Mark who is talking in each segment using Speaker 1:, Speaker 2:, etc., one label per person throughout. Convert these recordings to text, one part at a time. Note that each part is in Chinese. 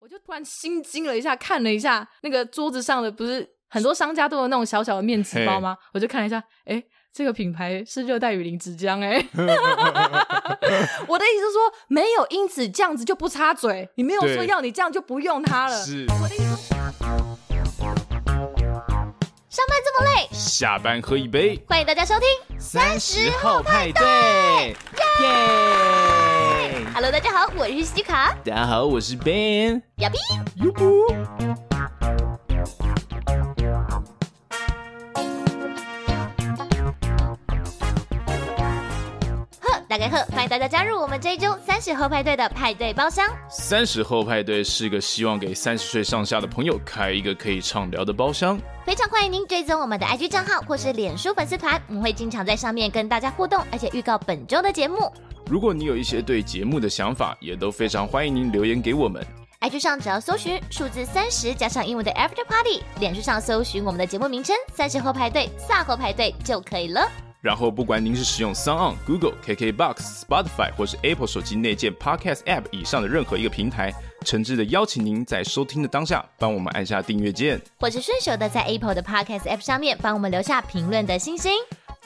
Speaker 1: 我就突然心惊了一下，看了一下那个桌子上的，不是很多商家都有那种小小的面纸包吗？我就看了一下，哎、这个品牌是热带雨林纸浆、 诶哎，我的意思是说，没有因此这样子就不插嘴，你没有说
Speaker 2: 对
Speaker 1: 要你这样就不用它了。
Speaker 2: 是
Speaker 1: 我的意思说，
Speaker 3: 上班这么累，
Speaker 2: 下班喝一杯，
Speaker 3: 欢迎大家收听。
Speaker 2: 三十号派对，耶！
Speaker 3: Hello，大家好，我是西卡
Speaker 2: 大家好，我是 Ben。
Speaker 3: 亚比。
Speaker 2: 哟不，
Speaker 3: 呵，大概呵，欢迎大家加入我们这一周三十后派对的派对包厢。
Speaker 2: 三十后派对是个希望给三十岁上下的朋友开一个可以畅聊的包厢。
Speaker 3: 非常欢迎您追踪我们的 IG 账号或是脸书粉丝团，我们会经常在上面跟大家互动，而且预告本周的节目。
Speaker 2: 如果你有一些对节目的想法，也都非常欢迎您留言给我们。
Speaker 3: IG 上只要搜寻数字三十加上英文的 After Party，脸书上搜寻我们的节目名称“三十后派对”“萨后派对”就可以了。
Speaker 2: 然后，不管您是使用 s o n g Google、KKBox、Spotify 或是 Apple 手机内建 Podcast App 以上的任何一个平台，诚挚的邀请您在收听的当下，帮我们按下订阅键。
Speaker 3: 或是顺手的在 Apple 的 Podcast App 上面帮我们留下评论的星星。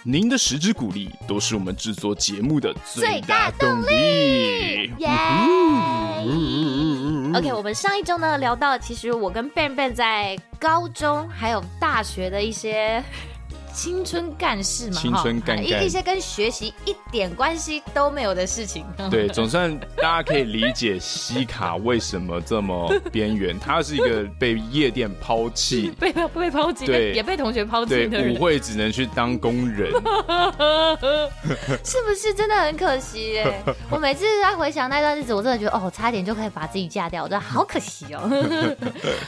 Speaker 2: 您的十支鼓励都是我们制作节目的最大
Speaker 3: 大动
Speaker 2: 动力。
Speaker 3: 耶、
Speaker 4: OK，我们上一周呢聊到，其实我跟 Ben Ben 在高中还有大学的一些青春干事嘛，哈
Speaker 2: 青春干干
Speaker 4: 一一些跟学习一点关系都没有的事情。
Speaker 2: 对，总算大家可以理解西卡为什么这么边缘，他是一个被夜店抛弃
Speaker 1: 被被被抛弃，
Speaker 2: 对
Speaker 1: 被也被同学
Speaker 4: 嗯
Speaker 1: 抛弃
Speaker 2: 对，
Speaker 1: 的人
Speaker 2: 舞，会只能去当工人。
Speaker 4: 是不是真的很可惜耶、我每次在回想那段日子，我真的觉得哦，差点就可以把自己嫁掉，我真的好可惜哦。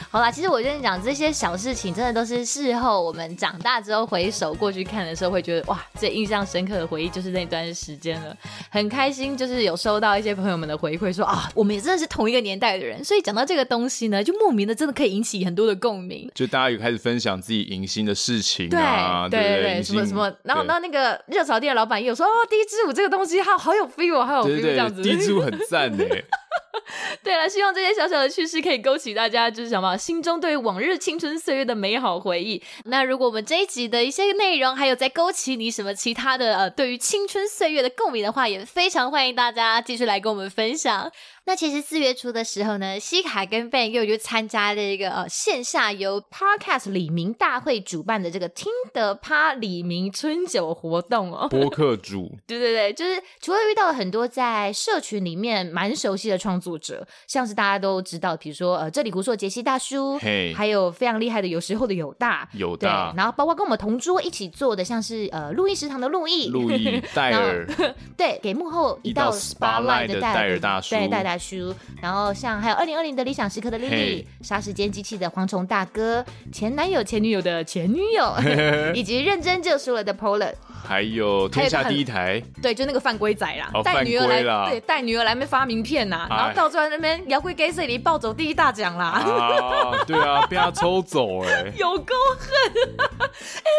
Speaker 4: 好啦，其实我跟你讲，这些小事情真的都是事后我们长大之后回首过去看的时候，会觉得哇，最印象深刻的回忆就是那段时间了。很开心，就是有收到一些朋友们的回馈，说啊，我们也真的是同一个年代的人，所以讲到这个东西呢，就莫名的真的可以引起很多的共鸣。
Speaker 2: 就大家有开始分享自己迎新的事情
Speaker 4: 对、
Speaker 2: 啊，
Speaker 4: 对
Speaker 2: 不对迎
Speaker 4: 什么
Speaker 2: 新
Speaker 4: 什么，然后
Speaker 2: 对
Speaker 4: 然后那个热炒店的老板也有说哦，第一支舞这个东西好好有 feel，哦好有 feel
Speaker 2: 对对
Speaker 4: 这样
Speaker 2: 对，
Speaker 4: 子。
Speaker 2: 地支舞很赞欸呢。
Speaker 4: 对了，希望这些小小的趣事可以勾起大家就是什么心中对往日青春岁月的美好回忆。那如果我们这一集的一些内容，还有在勾起你什么其他的呃对于青春岁月的共鸣的话，也非常欢迎大家继续来跟我们分享。
Speaker 3: 那其实四月初的时候呢，
Speaker 4: 西卡跟 Ben 又去参加了一个呃线下由 Podcast 李明大会主办的这个听得趴李明春酒活动哦。
Speaker 2: 播客 主
Speaker 4: 对对对，就是除了遇到了很多在社群里面蛮熟悉的创作者，像是大家都知道，比如说呃，这里胡说杰西大叔
Speaker 2: 嘿，
Speaker 4: 还有非常厉害的有时候的友大，
Speaker 2: 有
Speaker 4: 对，
Speaker 2: 大
Speaker 4: 然后包括跟我们同桌一起做的，像是呃路易食堂的路易，
Speaker 2: 路易戴尔，
Speaker 4: 对，给幕后一
Speaker 2: 一道
Speaker 4: 道 spotlight
Speaker 2: spotlight
Speaker 4: 的
Speaker 2: 的
Speaker 4: 戴
Speaker 2: 戴
Speaker 4: 尔
Speaker 2: 尔大叔
Speaker 4: 对戴尔大叔。然后像还有二零二零的理想时刻的莉莉
Speaker 2: 嘿，
Speaker 4: 杀时间机器的蝗虫大哥，前男友前女友的前女友，以及认真就输了的 Polar，
Speaker 2: 还有天下第一台，
Speaker 1: 对，就那个犯规仔啦，
Speaker 2: 哦
Speaker 1: 带女儿
Speaker 2: 犯
Speaker 1: 来
Speaker 2: 规啦
Speaker 1: 对，带女儿来那边发名片呐、
Speaker 2: 哎
Speaker 1: 然后到最后那边摇龟 gay 这里抱走第一大奖啦。，
Speaker 2: 啊， 对啊，被他抽走哎
Speaker 1: 有够狠！ 哎、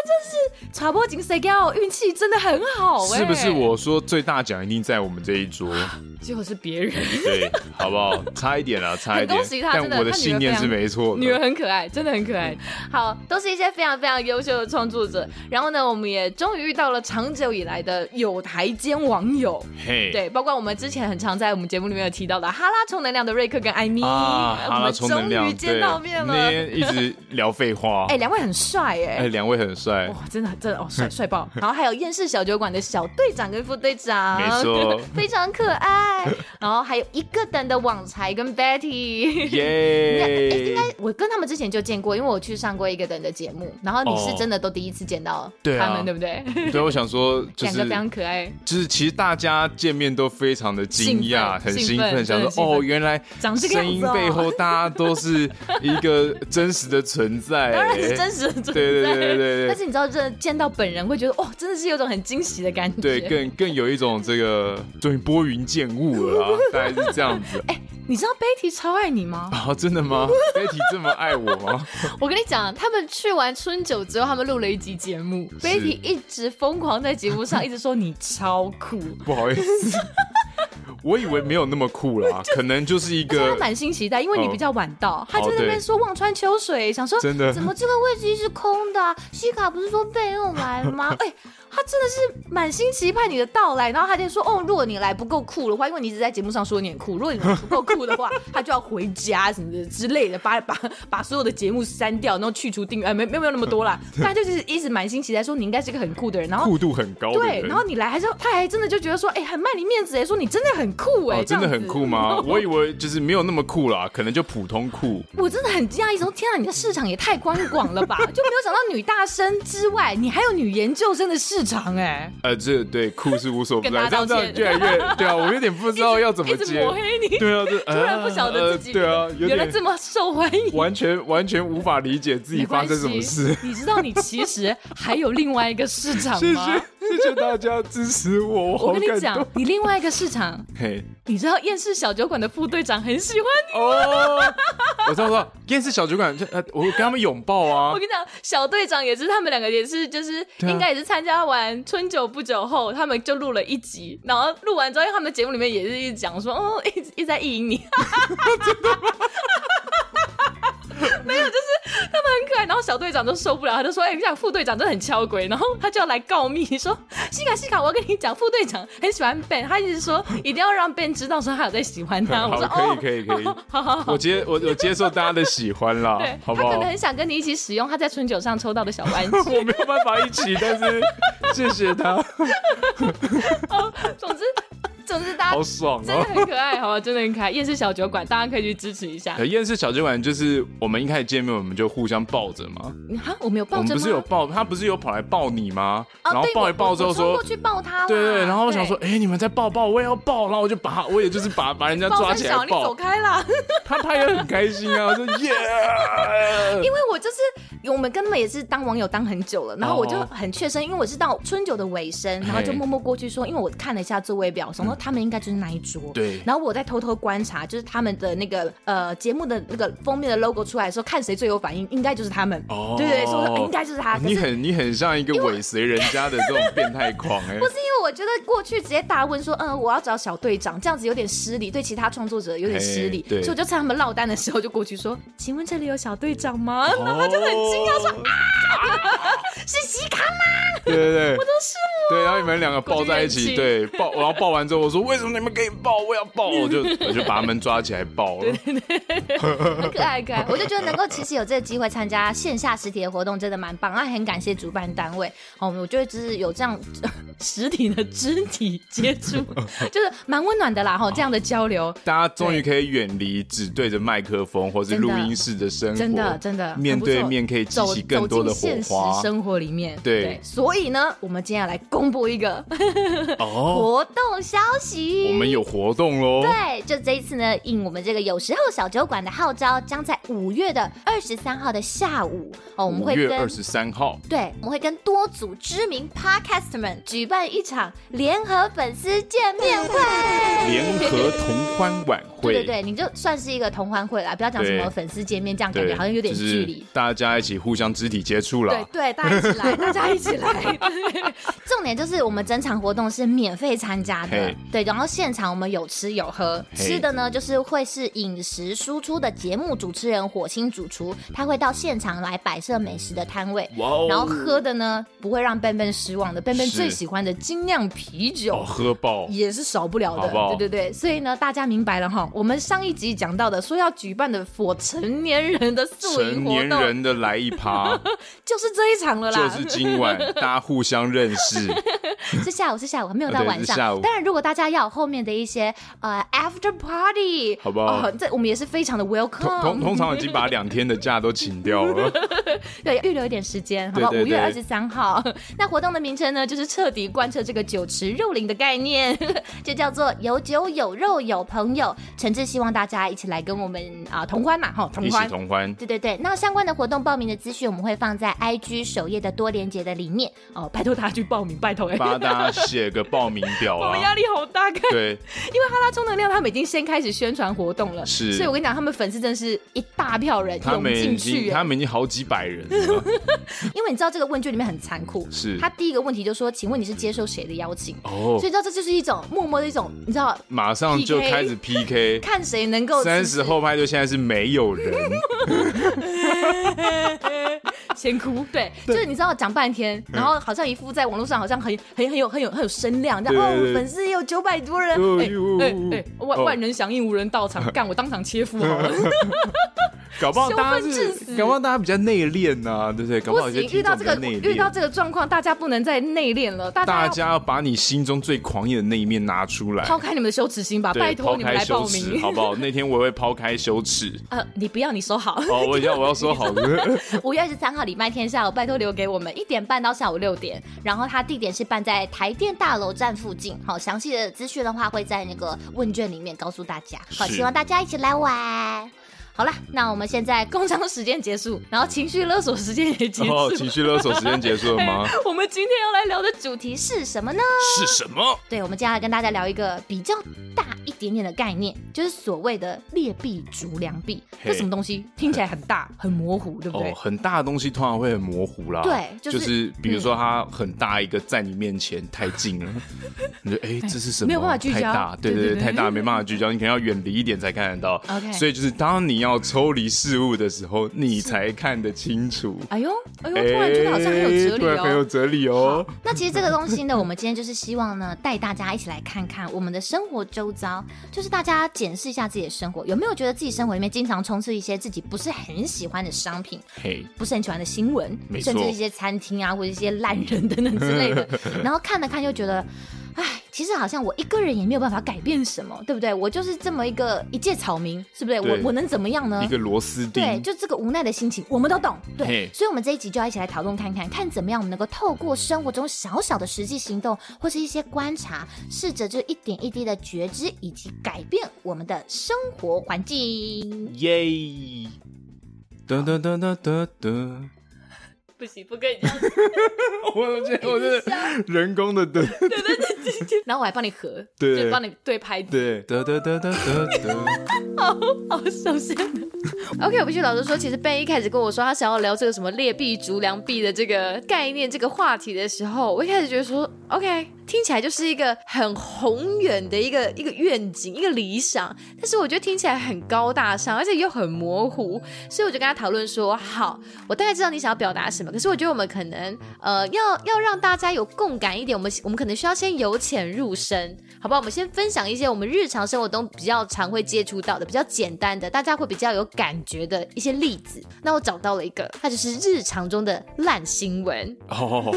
Speaker 1: 真是查波警谁叫运气真的很 好哎、
Speaker 2: 是不是？我说最大奖一定在我们这一桌？
Speaker 1: 结果是别人，
Speaker 2: 对，好不好？差一点啊，差一点
Speaker 1: 很恭喜。他
Speaker 2: 但
Speaker 1: 真的
Speaker 2: 我的
Speaker 1: 他女儿
Speaker 2: 信念
Speaker 1: 非常
Speaker 2: 是没错
Speaker 1: 女儿
Speaker 2: 的。
Speaker 1: 很可爱，真的很可爱。
Speaker 2: 嗯
Speaker 4: 好，都是一些非常非常优秀的创作者。然后呢，我们也终于遇到了长久以来的有台间网友，
Speaker 2: 嘿，
Speaker 4: 对，包括我们之前很常在我们节目里面有提到的哈拉充能量的瑞克跟艾米，
Speaker 2: 啊，
Speaker 4: 我
Speaker 2: 哈拉
Speaker 4: 们
Speaker 2: 充
Speaker 4: 终
Speaker 2: 能量，
Speaker 4: 于见到面
Speaker 2: 对那
Speaker 4: 了。
Speaker 2: 天一直聊废话
Speaker 4: 哎、，两位很帅哎、
Speaker 2: 哎，两位很帅
Speaker 4: 哇，，真的真的哦，帅 帅爆！然后还有厌世小酒馆的小队长跟副队长，
Speaker 2: 没错
Speaker 4: 非常可爱。然后还有一个等的网才跟 Betty，
Speaker 2: 耶！
Speaker 4: 我跟他们之前就见过，因为我去上过一个人的节目，然后你是
Speaker 2: 哦
Speaker 4: 真的都第一次见到
Speaker 2: 对啊
Speaker 4: 他们，对不对？
Speaker 2: 对，我想说，就
Speaker 4: 两
Speaker 2: 是
Speaker 4: 个非常可爱，
Speaker 2: 就是其实大家见面都非常的惊讶，
Speaker 4: 兴奋
Speaker 2: 很
Speaker 4: 兴
Speaker 2: 兴
Speaker 4: 奋
Speaker 2: 奋，想
Speaker 4: 真的兴
Speaker 2: 说
Speaker 4: 奋
Speaker 2: 哦，原来
Speaker 1: 长这个样
Speaker 2: 声
Speaker 1: 子哦
Speaker 2: 音背后大家都是一个真实的存在，
Speaker 4: 当然是真实的存在。
Speaker 2: 对对对对对
Speaker 4: 但
Speaker 2: 对
Speaker 4: 是你知道，真的见到本人会觉得，哦，真的是有种很惊喜的感觉。
Speaker 2: 对，更更有一种这个终于拨云见雾 了啦，大概是这样子。
Speaker 4: 你知道 Betty 超爱 你吗？
Speaker 2: 啊，真的吗？Betty 这么爱我吗？
Speaker 4: 我跟你讲，他们去完春酒之后，他们录了一集节目
Speaker 2: 是
Speaker 4: ，Betty 一直疯狂在节目上一直说你超酷。
Speaker 2: 不好意思， 我以为没有那么酷啦，可能就是一
Speaker 1: 而且他
Speaker 2: 个
Speaker 1: 满心期待，因为你
Speaker 2: 嗯
Speaker 1: 比较晚到，他就在
Speaker 2: 哦
Speaker 1: 那
Speaker 2: 对
Speaker 1: 边说望穿秋水，想说
Speaker 2: 真的
Speaker 4: 怎么这个位置是空的、啊？西卡不是说备用来 了吗？
Speaker 1: 哎、他真的是满心期盼你的到来，然后他就说：“哦，如果你来不够酷的话，因为你一直在节目上说你很酷，如果你来不够酷 的话，他就要回家什么的之类的，把把把所有的节目删掉，然后去除订阅，哎没没有没有那么 多啦。但他就是一直满心期待说你应该是个很酷的人，然后
Speaker 2: 酷度很高的
Speaker 1: 对，
Speaker 2: 人
Speaker 1: 然后你来还是他还真的就觉得说，哎、很卖你面子哎，说你真的很酷哎、
Speaker 2: 哦，真的很 酷吗？我以为就是没有那么酷啦，可能就普通酷。
Speaker 1: 我真的很惊讶，一说天啊，你的市场也太宽广 了吧！就没有想到女大生之外，你还有女研究生的市场哎、
Speaker 2: 呃，这对酷是无所不
Speaker 1: 跟
Speaker 2: 在，
Speaker 1: 大
Speaker 2: 这
Speaker 1: 家
Speaker 2: 样这
Speaker 1: 道
Speaker 2: 样
Speaker 1: 歉
Speaker 2: 越来越对啊，我有点不知道要怎么
Speaker 1: 一直
Speaker 2: 接
Speaker 1: 抹。黑你。
Speaker 2: 对啊，这
Speaker 1: 突
Speaker 2: 突
Speaker 1: 然不晓得自己
Speaker 2: 对啊，有
Speaker 1: 原来
Speaker 2: 点
Speaker 1: 这么受欢迎。
Speaker 2: 完全完全无法理解自己
Speaker 1: 没
Speaker 2: 发
Speaker 1: 关系
Speaker 2: 生什么事。
Speaker 1: 你知道你其实还有另外一个市场
Speaker 2: 谢
Speaker 1: 吗？
Speaker 2: 谢谢谢大家支持 我，
Speaker 1: 我
Speaker 2: 好
Speaker 1: 跟你
Speaker 2: 感
Speaker 1: 讲
Speaker 2: 动。，
Speaker 1: 你另外一个市场，
Speaker 2: 嘿，
Speaker 1: 你知道厌世小酒馆的副队长很喜欢你。
Speaker 2: 哦， 我知道我知道，电视小主管，这呃，我跟他们拥抱啊
Speaker 1: 我跟。你讲，小队长也是，他们两个也是，就是、
Speaker 2: 对啊
Speaker 1: 应该也是参加完春酒不久后，他们就录了一集，然后录完之后，因为他们节目里面也是一直讲说，哦， 一直一直在意淫你，真的吗？没有，就是他们很可爱，然后小队长都受不了，他就说：“哎、你讲副队长真的很敲鬼。”然后他就要来告密，说：“西卡西卡，我要跟你讲，副队长很喜欢 Ben，他一直说一定要让 Ben 知道说他有在喜欢他。”我说：“
Speaker 2: 好，
Speaker 1: 哦，
Speaker 2: 可以可以可以，
Speaker 1: 好好好。”
Speaker 2: 我接我我接受大家的喜欢啦
Speaker 1: 哦对，，
Speaker 2: 好不
Speaker 1: 他
Speaker 2: 好
Speaker 1: 可 能？很想跟你一起使用他在春酒上抽到的小玩具。
Speaker 2: 我没有办法一起，但是谢谢他，
Speaker 1: 总之， 总之大
Speaker 2: 好
Speaker 1: 家
Speaker 2: 爽
Speaker 1: 真的
Speaker 2: 哦。
Speaker 1: 很可爱，好吧，真的很可爱。夜市小酒馆，大家可以去支持一下
Speaker 2: 呃，。厌世小酒馆就是我们一开始见面，我们就互相抱着嘛。
Speaker 1: 哈，我没有
Speaker 2: 我
Speaker 1: 抱
Speaker 2: 们
Speaker 1: 着
Speaker 2: 不
Speaker 1: 吗
Speaker 2: 是有？抱他，不是有跑来抱你吗？
Speaker 4: 哦
Speaker 2: 然后
Speaker 4: 对
Speaker 2: 抱一
Speaker 4: 我
Speaker 2: 抱
Speaker 4: 我
Speaker 2: 之后
Speaker 4: 我冲
Speaker 2: 说
Speaker 4: 过，去抱他啦，
Speaker 2: 对对对，然后我
Speaker 4: 对
Speaker 2: 想说，哎，你们在抱抱，我也要抱，然后我就把，我也就是把把人家抓
Speaker 1: 抱
Speaker 2: 起
Speaker 1: 着
Speaker 2: 来
Speaker 1: 小，你走
Speaker 2: 抱，
Speaker 1: 开 啦！
Speaker 2: 他他也很开心啊，我说耶，
Speaker 1: 因为我就是我们跟他们也是当网友当很久了，然后我就
Speaker 2: 哦
Speaker 1: 很确身，因为我是到春酒的尾声，然后就
Speaker 2: 嘿嗯
Speaker 1: 默默过去说，因为我看了一下座位表，想说他们应该就是那一桌。
Speaker 2: 对
Speaker 1: 然后我在偷偷观察，就是他们的那个 呃节目的那个封面的 logo 出来的时候，看谁最有反应，应该就是他们。
Speaker 2: 哦
Speaker 1: 对对，对说哎应该就是他。可
Speaker 2: 你
Speaker 1: 是
Speaker 2: 很你很像一个尾随人家的这种变态狂哎、
Speaker 4: 不是因为我觉得过去直接大问说，
Speaker 1: 呃
Speaker 4: 嗯，我要找小队长，这样子有点失礼，对其他创作者
Speaker 1: 有
Speaker 4: 有点
Speaker 1: 点失礼
Speaker 2: 哎，对
Speaker 1: 所以我就趁他们落单的时候就过去说：“请问这里有小队长吗？”
Speaker 2: 然后就很惊讶说啊，
Speaker 1: 是西卡，
Speaker 2: 对对对，我都是我，对，然后你们两个抱在一
Speaker 1: 过去
Speaker 2: 起，
Speaker 1: 演戏
Speaker 2: 对抱，然后抱完之后我说为什么你们可以抱，我要抱，我就我就把他们抓起来抱了，
Speaker 4: 很可爱很 可爱。我就觉得能够其实有这个机会参加线下实体的活动，真的蛮棒，啊，很感谢主办单位。哦，我觉得就是有这样
Speaker 1: 实体的肢体接 触，就是蛮温暖的啦哈，这样的交流。
Speaker 2: 大家终于可以远离只对着麦克风或是录音室的生活，
Speaker 1: 真的真的
Speaker 2: 哦面对面可以激
Speaker 1: 走
Speaker 2: 起更多的
Speaker 1: 走
Speaker 2: 火
Speaker 1: 进现
Speaker 2: 花
Speaker 1: 实生活里面，
Speaker 2: 对
Speaker 1: 所以呢，我们今天要来公布一个，
Speaker 2: 哦。
Speaker 4: 活动消息。
Speaker 2: 我们有活动喽，
Speaker 4: 对，就这一次呢，应我们这个有时候小酒馆的号召，将在五月的二十三号的下午哦，我们
Speaker 2: 五
Speaker 4: 会
Speaker 2: 月
Speaker 4: 跟
Speaker 2: 二十三号，
Speaker 4: 对，我们会跟多组知名 podcast 们举办一场联合粉丝见面会。
Speaker 2: 联合同欢晚会，
Speaker 4: 对对对，你就算是一个同欢会啦，不要讲什
Speaker 2: 对
Speaker 4: 么粉丝见面，这样感
Speaker 2: 对
Speaker 4: 觉好像有点
Speaker 2: 就是
Speaker 4: 距离。
Speaker 2: 大家一起互相肢体接触啦
Speaker 1: 对。对，大家一起来，大家一起 来，
Speaker 4: 重点就是我们整场活动是免费参加的
Speaker 2: 嘿，
Speaker 4: 对，然后现场我们有吃有喝，
Speaker 2: 嘿
Speaker 4: 吃的呢就是会是饮食输出的节目主持人火星主厨，他会到现场来摆设美食的摊位。
Speaker 2: 哇哦
Speaker 4: 然后喝的呢，不会让笨笨失望的，笨笨
Speaker 2: 是
Speaker 4: 最喜欢的精酿啤酒
Speaker 2: 哦，喝爆，
Speaker 1: 也是少不了
Speaker 2: 好
Speaker 1: 的，
Speaker 2: 不好
Speaker 1: 对对对。所以呢，大家明白了哈，我们上一集讲到的，说要举办的 for 成年人的宿营
Speaker 2: 成
Speaker 1: 活
Speaker 2: 年
Speaker 1: 动，
Speaker 2: 人的来一 趴，
Speaker 1: 就是这一场了
Speaker 2: 就
Speaker 1: 啦。
Speaker 2: 是今晚大家互相认 识，
Speaker 4: 是下午是下午，还没有到
Speaker 2: 对
Speaker 4: 晚
Speaker 2: 是下午
Speaker 4: 上。当然，如果大家要有后面的一些呃 after party，
Speaker 2: 好不好
Speaker 4: 哦这我们也是非常的
Speaker 2: 通通
Speaker 4: welcome，
Speaker 2: 通常已经把两天的假都请掉了。
Speaker 4: 对，预留一点时间，好不好？
Speaker 2: 对
Speaker 4: 五
Speaker 2: 对对
Speaker 4: 月二十三号， 那活动的名称呢，就是彻底贯彻这个酒池肉林的概念， 就叫做有酒有肉有朋友。诚挚希望大家一起来跟我们啊、同欢嘛，哈，同
Speaker 2: 一起
Speaker 4: 欢。
Speaker 2: 同欢，
Speaker 4: 对对对，那相关的活动报名的资讯，我们会放在 IG 首页的多连接的里面。
Speaker 1: 哦，拜托大家去报名，拜托哎、
Speaker 2: 帮大家写个报名表
Speaker 1: 我们压
Speaker 2: 啊。
Speaker 1: 力好大，看，因
Speaker 2: 对，
Speaker 1: 为哈拉充能量他们已经先开始宣传活动了，
Speaker 2: 是
Speaker 1: 所以我跟你讲，他们粉丝真的是一大票人
Speaker 2: 他
Speaker 1: 涌
Speaker 2: 们已
Speaker 1: 进
Speaker 2: 经
Speaker 1: 去、
Speaker 2: 他
Speaker 1: 哎
Speaker 2: 们已经好几百人了，
Speaker 1: 因为你知道这个问卷里面很残酷，
Speaker 2: 是
Speaker 1: 他第一个问题就说，请问你是接受谁的邀请？
Speaker 2: 哦
Speaker 1: 所以，你知道这就是一种默默的一种，你知道
Speaker 2: 马上就
Speaker 1: PK
Speaker 2: 开始 PK。
Speaker 1: 看谁能够
Speaker 2: 三十后派对现在是没有人，
Speaker 1: 先哭， 对，就是你知道讲半天，
Speaker 2: 嗯
Speaker 1: 然后好像一副在网络上好像很很很有很有很有声量，这样
Speaker 2: 对对对
Speaker 1: 哦，粉丝也有九百多人，
Speaker 2: 哦
Speaker 1: 哎
Speaker 2: 哟
Speaker 1: 哎哎，万
Speaker 2: 哦
Speaker 1: 万人响应无人到 场，干我当场切腹好了，
Speaker 2: 搞不好大家
Speaker 1: 羞愤至
Speaker 2: 是，
Speaker 1: 死
Speaker 2: 搞不好大家比较内敛呐，对不对？搞不好
Speaker 1: 不
Speaker 2: 有些
Speaker 1: 行，
Speaker 2: 听
Speaker 1: 遇到
Speaker 2: 众比
Speaker 1: 这
Speaker 2: 较
Speaker 1: 个
Speaker 2: 内
Speaker 1: 遇到
Speaker 2: 敛。
Speaker 1: 这个状况，大家不能再内敛了，大家
Speaker 2: 大
Speaker 1: 要
Speaker 2: 家要把你心中最狂野的那一面拿出来，
Speaker 1: 抛开你们的羞耻心吧，拜
Speaker 2: 对，
Speaker 1: 托
Speaker 2: 抛
Speaker 1: 你们
Speaker 2: 开
Speaker 1: 来报
Speaker 2: 羞耻，
Speaker 1: 名。
Speaker 2: 好 不好？那天我也会抛开羞耻。
Speaker 1: 呃，你不要，你收好。
Speaker 2: 哦，我要我要说好的，
Speaker 4: 五月二十三号礼拜天下午，拜托留给我们一点半到下午六点。然后它地点是办在台电大楼站附近。好，详细的资讯的话会在那个问卷里面告诉大家。好，
Speaker 2: 是
Speaker 4: 希望大家一起来玩。好了，那我们现在工商时间结束，然后情绪勒索时间也结束。
Speaker 2: 哦，情绪勒索时间结束 了吗？
Speaker 4: 我们今天要来聊的主题是什么呢？
Speaker 2: 是什么？
Speaker 4: 对，我们接下来跟大家聊一个比较大一点点的概念，就是所谓的劣币逐良币。
Speaker 1: 这什么东西听起来很大很模糊，对不
Speaker 2: 哦
Speaker 1: 对，？
Speaker 2: 很大的东西通常会很模糊啦。
Speaker 4: 对
Speaker 2: 就、
Speaker 4: 就是是
Speaker 2: 比如说它很大一个在你面前太近了，你就哎、这是什么？
Speaker 1: 嗯没有办法聚焦
Speaker 2: 太大，对
Speaker 1: 对
Speaker 2: 对
Speaker 1: 对对
Speaker 2: 太大没办法聚焦，你可能要远离一点才看得到。
Speaker 1: OK
Speaker 2: 所以就是当你要抽离事物的时候，你才看得清楚。
Speaker 1: 哎呦哎呦，
Speaker 2: 哎
Speaker 1: 突然觉得好像很有哲理
Speaker 2: 对，很有
Speaker 1: 哦。
Speaker 2: 哲理哦。
Speaker 4: 那其实这个东西呢，我们今天就是希望呢，带大家一起来看看我们的生活周遭，就是大家检视一下自己的生活，有没有觉得自己生活里面经常充斥一些自己不是很喜欢的商品，
Speaker 2: 嘿，
Speaker 4: 不是很喜欢的新闻
Speaker 2: 没，错
Speaker 4: 甚至一些餐厅啊，或者一些烂人等等之 类的，然后看了看又觉得。唉，其实好像我一个人也没有办法改变什么，对不对？我就是这么一个一介草民，是不是？
Speaker 2: 对
Speaker 4: 我我能怎么样呢
Speaker 2: 一？个螺丝钉。
Speaker 4: 对，就这个无奈的心情，我们都懂。
Speaker 2: 嘿
Speaker 4: 对，所以，我们这一集就要一起来讨论看看，看怎么样我们能够透过生活中小小的实际行动，或是一些观察，试着就一点一滴的觉知以及改变我们的生活环境。
Speaker 2: 耶！噔噔噔噔噔 噔，
Speaker 1: 不行，不跟你这样，
Speaker 2: 我觉得我是 人工的噔，
Speaker 1: 然后我还帮你合，
Speaker 2: 对
Speaker 1: 就帮你对拍子，
Speaker 2: 对，噔噔噔噔噔 噔，
Speaker 1: 好哦首先 OK，我必须老实说，其实 Ben 一开始跟我说他想要聊这个什么劣币逐良币的这个概念、这个话题的时候，我一开始觉得说 OK，听起来就是一个很宏远的一个一个愿景、一个理想，但是我觉得听起来很高大上，而且又很模糊，所以我就跟他讨论说，好，我大概知道你想要表达什么，可是我觉得我们可能呃要要让大家有共感一点，我们我们可能需要先由浅入深，好吧？我们先分享一些我们日常生活中比较常会接触到的、比较简单的，大家会比较有感觉的一些例子。那我找到了一个，它就是日常中的烂新闻。
Speaker 2: 哦，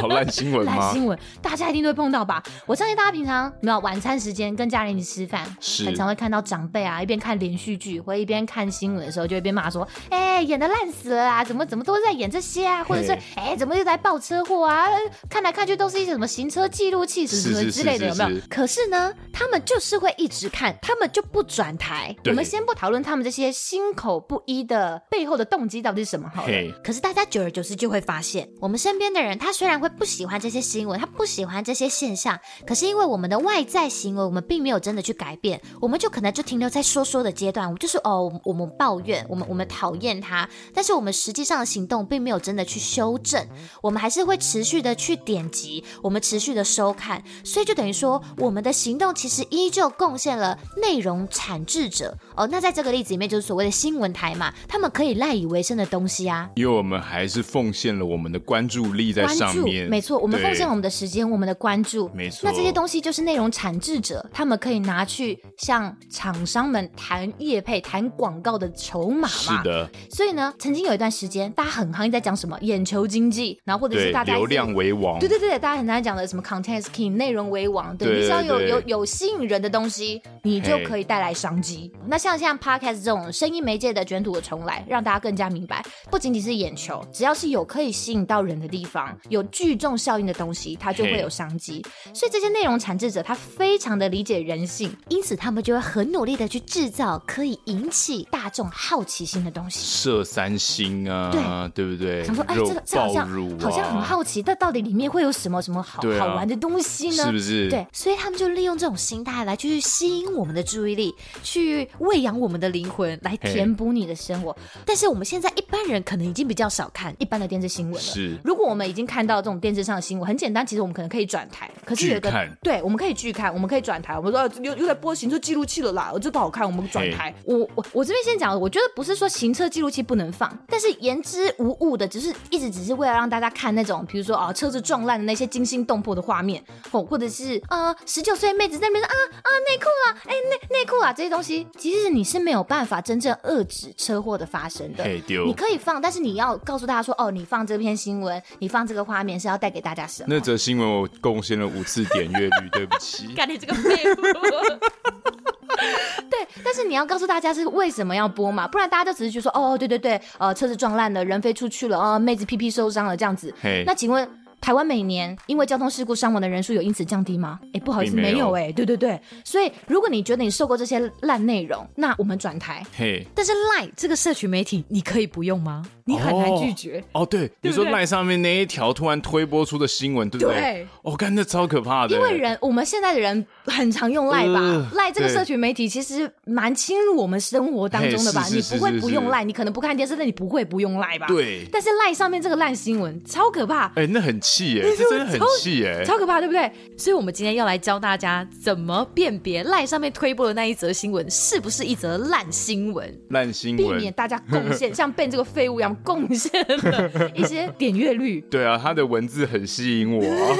Speaker 2: 好烂新闻
Speaker 4: 烂
Speaker 2: 吗？
Speaker 4: 新闻，大家一定都会碰到吧？我相信大家平常没有晚餐时间跟家人一起吃饭，
Speaker 2: 是
Speaker 4: 很常会看到长辈啊，一边看连续剧或一边看新闻的时候，就一边骂说：“哎、演的烂死了啊！怎么怎么都在演这些啊？或者是
Speaker 2: 嘿
Speaker 4: 哎、怎么又在报车祸啊？呃看来看去都是一些什么行车记录器什么什
Speaker 2: 是
Speaker 4: 么
Speaker 2: 是
Speaker 4: 之类的，
Speaker 2: 是
Speaker 4: 有
Speaker 2: 是
Speaker 4: 没有
Speaker 2: 是？
Speaker 4: 可是呢，他们就是会一直看，他们就不转台。
Speaker 2: 对
Speaker 4: 我们先不讨论他们这些心口不一的背后的动机到底是什么好了
Speaker 2: 嘿。
Speaker 4: 可是大家久而久之就会发现，我们身边的人，他虽然会不喜欢这些新闻，他不喜欢这些现象，可是因为我们的外在行为，我们并没有真的去改变，我们就可能就停留在说说的阶段，我们就是哦，我们抱怨，我们我们讨厌他，但是我们实际上的行动并没有真的去修正，我们还是会持续的去点击，我们持续的收看，所以就等于说，我们的行动其实依旧贡献了内容产制者哦。那在这个例子里面，就是所谓的新闻台嘛，他们可以赖以为生的东西啊，
Speaker 2: 因为我们还是奉献了我们的关注力在
Speaker 4: 关
Speaker 2: 上
Speaker 4: 注
Speaker 2: 面，，
Speaker 4: 没错，我们
Speaker 2: 对
Speaker 4: 奉献我们的时间，我们的关注，
Speaker 2: 没错
Speaker 4: 那这些东西就是内容产制者，他们可以拿去向厂商们谈业配、谈广告的筹码嘛。
Speaker 2: 是的，
Speaker 4: 所以呢，曾经有一段时间，大家很行业在讲什么眼球经济，然后或者
Speaker 2: 对
Speaker 4: 是大，家一直
Speaker 2: 流量为王，
Speaker 4: 对对对，大家很常讲的什么 content is king 内容为王，对，
Speaker 2: 对
Speaker 4: 你只要有
Speaker 2: 对
Speaker 4: 有有吸引人的东西，你就
Speaker 2: 嘿
Speaker 4: 可以带来商机。那像现在 podcast 这种声音媒介的卷土重来，让大家更加明白，不仅仅是眼球，只要是有可以吸引到人的地方，有聚众效应的东西，它就
Speaker 2: 嘿
Speaker 4: 会有商机。所以这些内容产制者他非常的理解人性，
Speaker 3: 因此他们就会很努力的去制造可以引起大众好奇心的东西。
Speaker 2: 射三星啊，对不对？
Speaker 4: 想说哎，
Speaker 2: 肉
Speaker 4: 这个这好
Speaker 2: 爆
Speaker 4: 像
Speaker 2: 乳啊，
Speaker 4: 好像很好奇，但到底里面会有什么什么好
Speaker 2: 对啊
Speaker 4: 好玩的东西呢？
Speaker 2: 是不是？
Speaker 3: 对，所以他们就利用这种心态来去吸引我们的注意力，去喂养我们的灵魂，来填补你的生活。但是我们现在一般人可能已经比较少看
Speaker 4: 一般的电视新闻了。
Speaker 2: 是
Speaker 4: 如果我们已经看到这种电视上的新闻，很简单，其实我们可能可以转台。可是有一
Speaker 2: 拒
Speaker 4: 个
Speaker 2: 看
Speaker 4: 对，我们可以拒看，我们可以转台。我们说、啊、又又在播行车记录器了啦，我哦这不好看，我们转台。我我我这边先讲，我觉得不是说行车记录器不能放，
Speaker 3: 但是言之无物的，只是
Speaker 4: 一直只是为了让大家看那种，比如说啊车子撞烂的那些惊心动魄的画面，或或者是
Speaker 3: 呃，十九岁妹子在那边说啊啊内裤啦，哎内内裤
Speaker 4: 啊
Speaker 3: 啦这些东西，
Speaker 4: 其实你是没有办法真正遏制车祸的发生的。
Speaker 2: 嘿哦丢
Speaker 4: 你。可以放，但是你要告诉大家说，哦，你放这篇新闻，你放这个画面是要带给大家什么？
Speaker 2: 那则新闻我贡献了五次点阅率，对不 起。
Speaker 4: 干你这个废物！对，但是你要告诉大家是为什么要播嘛，不然大家就只是觉得说，哦，对对对，呃，车子撞烂了，人飞出去了，哦，妹子屁屁受伤了这样子。
Speaker 2: 嘿
Speaker 4: 那请问台湾每年因为交通事故伤亡的人数有因此降低吗？哎，不好意思，
Speaker 2: 并没有
Speaker 4: 没有哎、对对对，所以如果你觉得你受过这些烂内容，那我们转台。
Speaker 2: 嘿，
Speaker 3: 但是 Line 这个社群媒体，你可以不用吗？
Speaker 2: 你很难拒绝哦对，你说赖上面那一条突然推播出的新闻，对不对
Speaker 4: 对？
Speaker 2: 哦，干，那超可怕的。
Speaker 4: 因为人，我们现在的人很常用赖
Speaker 2: 呃
Speaker 4: 吧，赖、这个
Speaker 2: 对
Speaker 4: 社群媒体其实蛮侵入我们生活当中的吧。
Speaker 2: 嘿是是是
Speaker 4: 你不
Speaker 2: 是
Speaker 4: 会不用
Speaker 2: 是
Speaker 4: 赖，你可能不看电视，但你不会不用赖吧？。
Speaker 2: 对，
Speaker 4: 但是赖上面这个烂新闻超可怕，
Speaker 2: 哎，那很气哎，这真的很气哎。
Speaker 4: 超可怕，对不对？
Speaker 3: 所以我们今天要来教大家怎么辨别 Line 上面推播的那一则新闻是不是一则烂新闻。
Speaker 2: 烂新
Speaker 4: 避
Speaker 2: 闻
Speaker 4: 免，大家贡献，像被这个废物一样贡献了一些点阅率。
Speaker 2: 对啊，他的文字很吸引我 啊。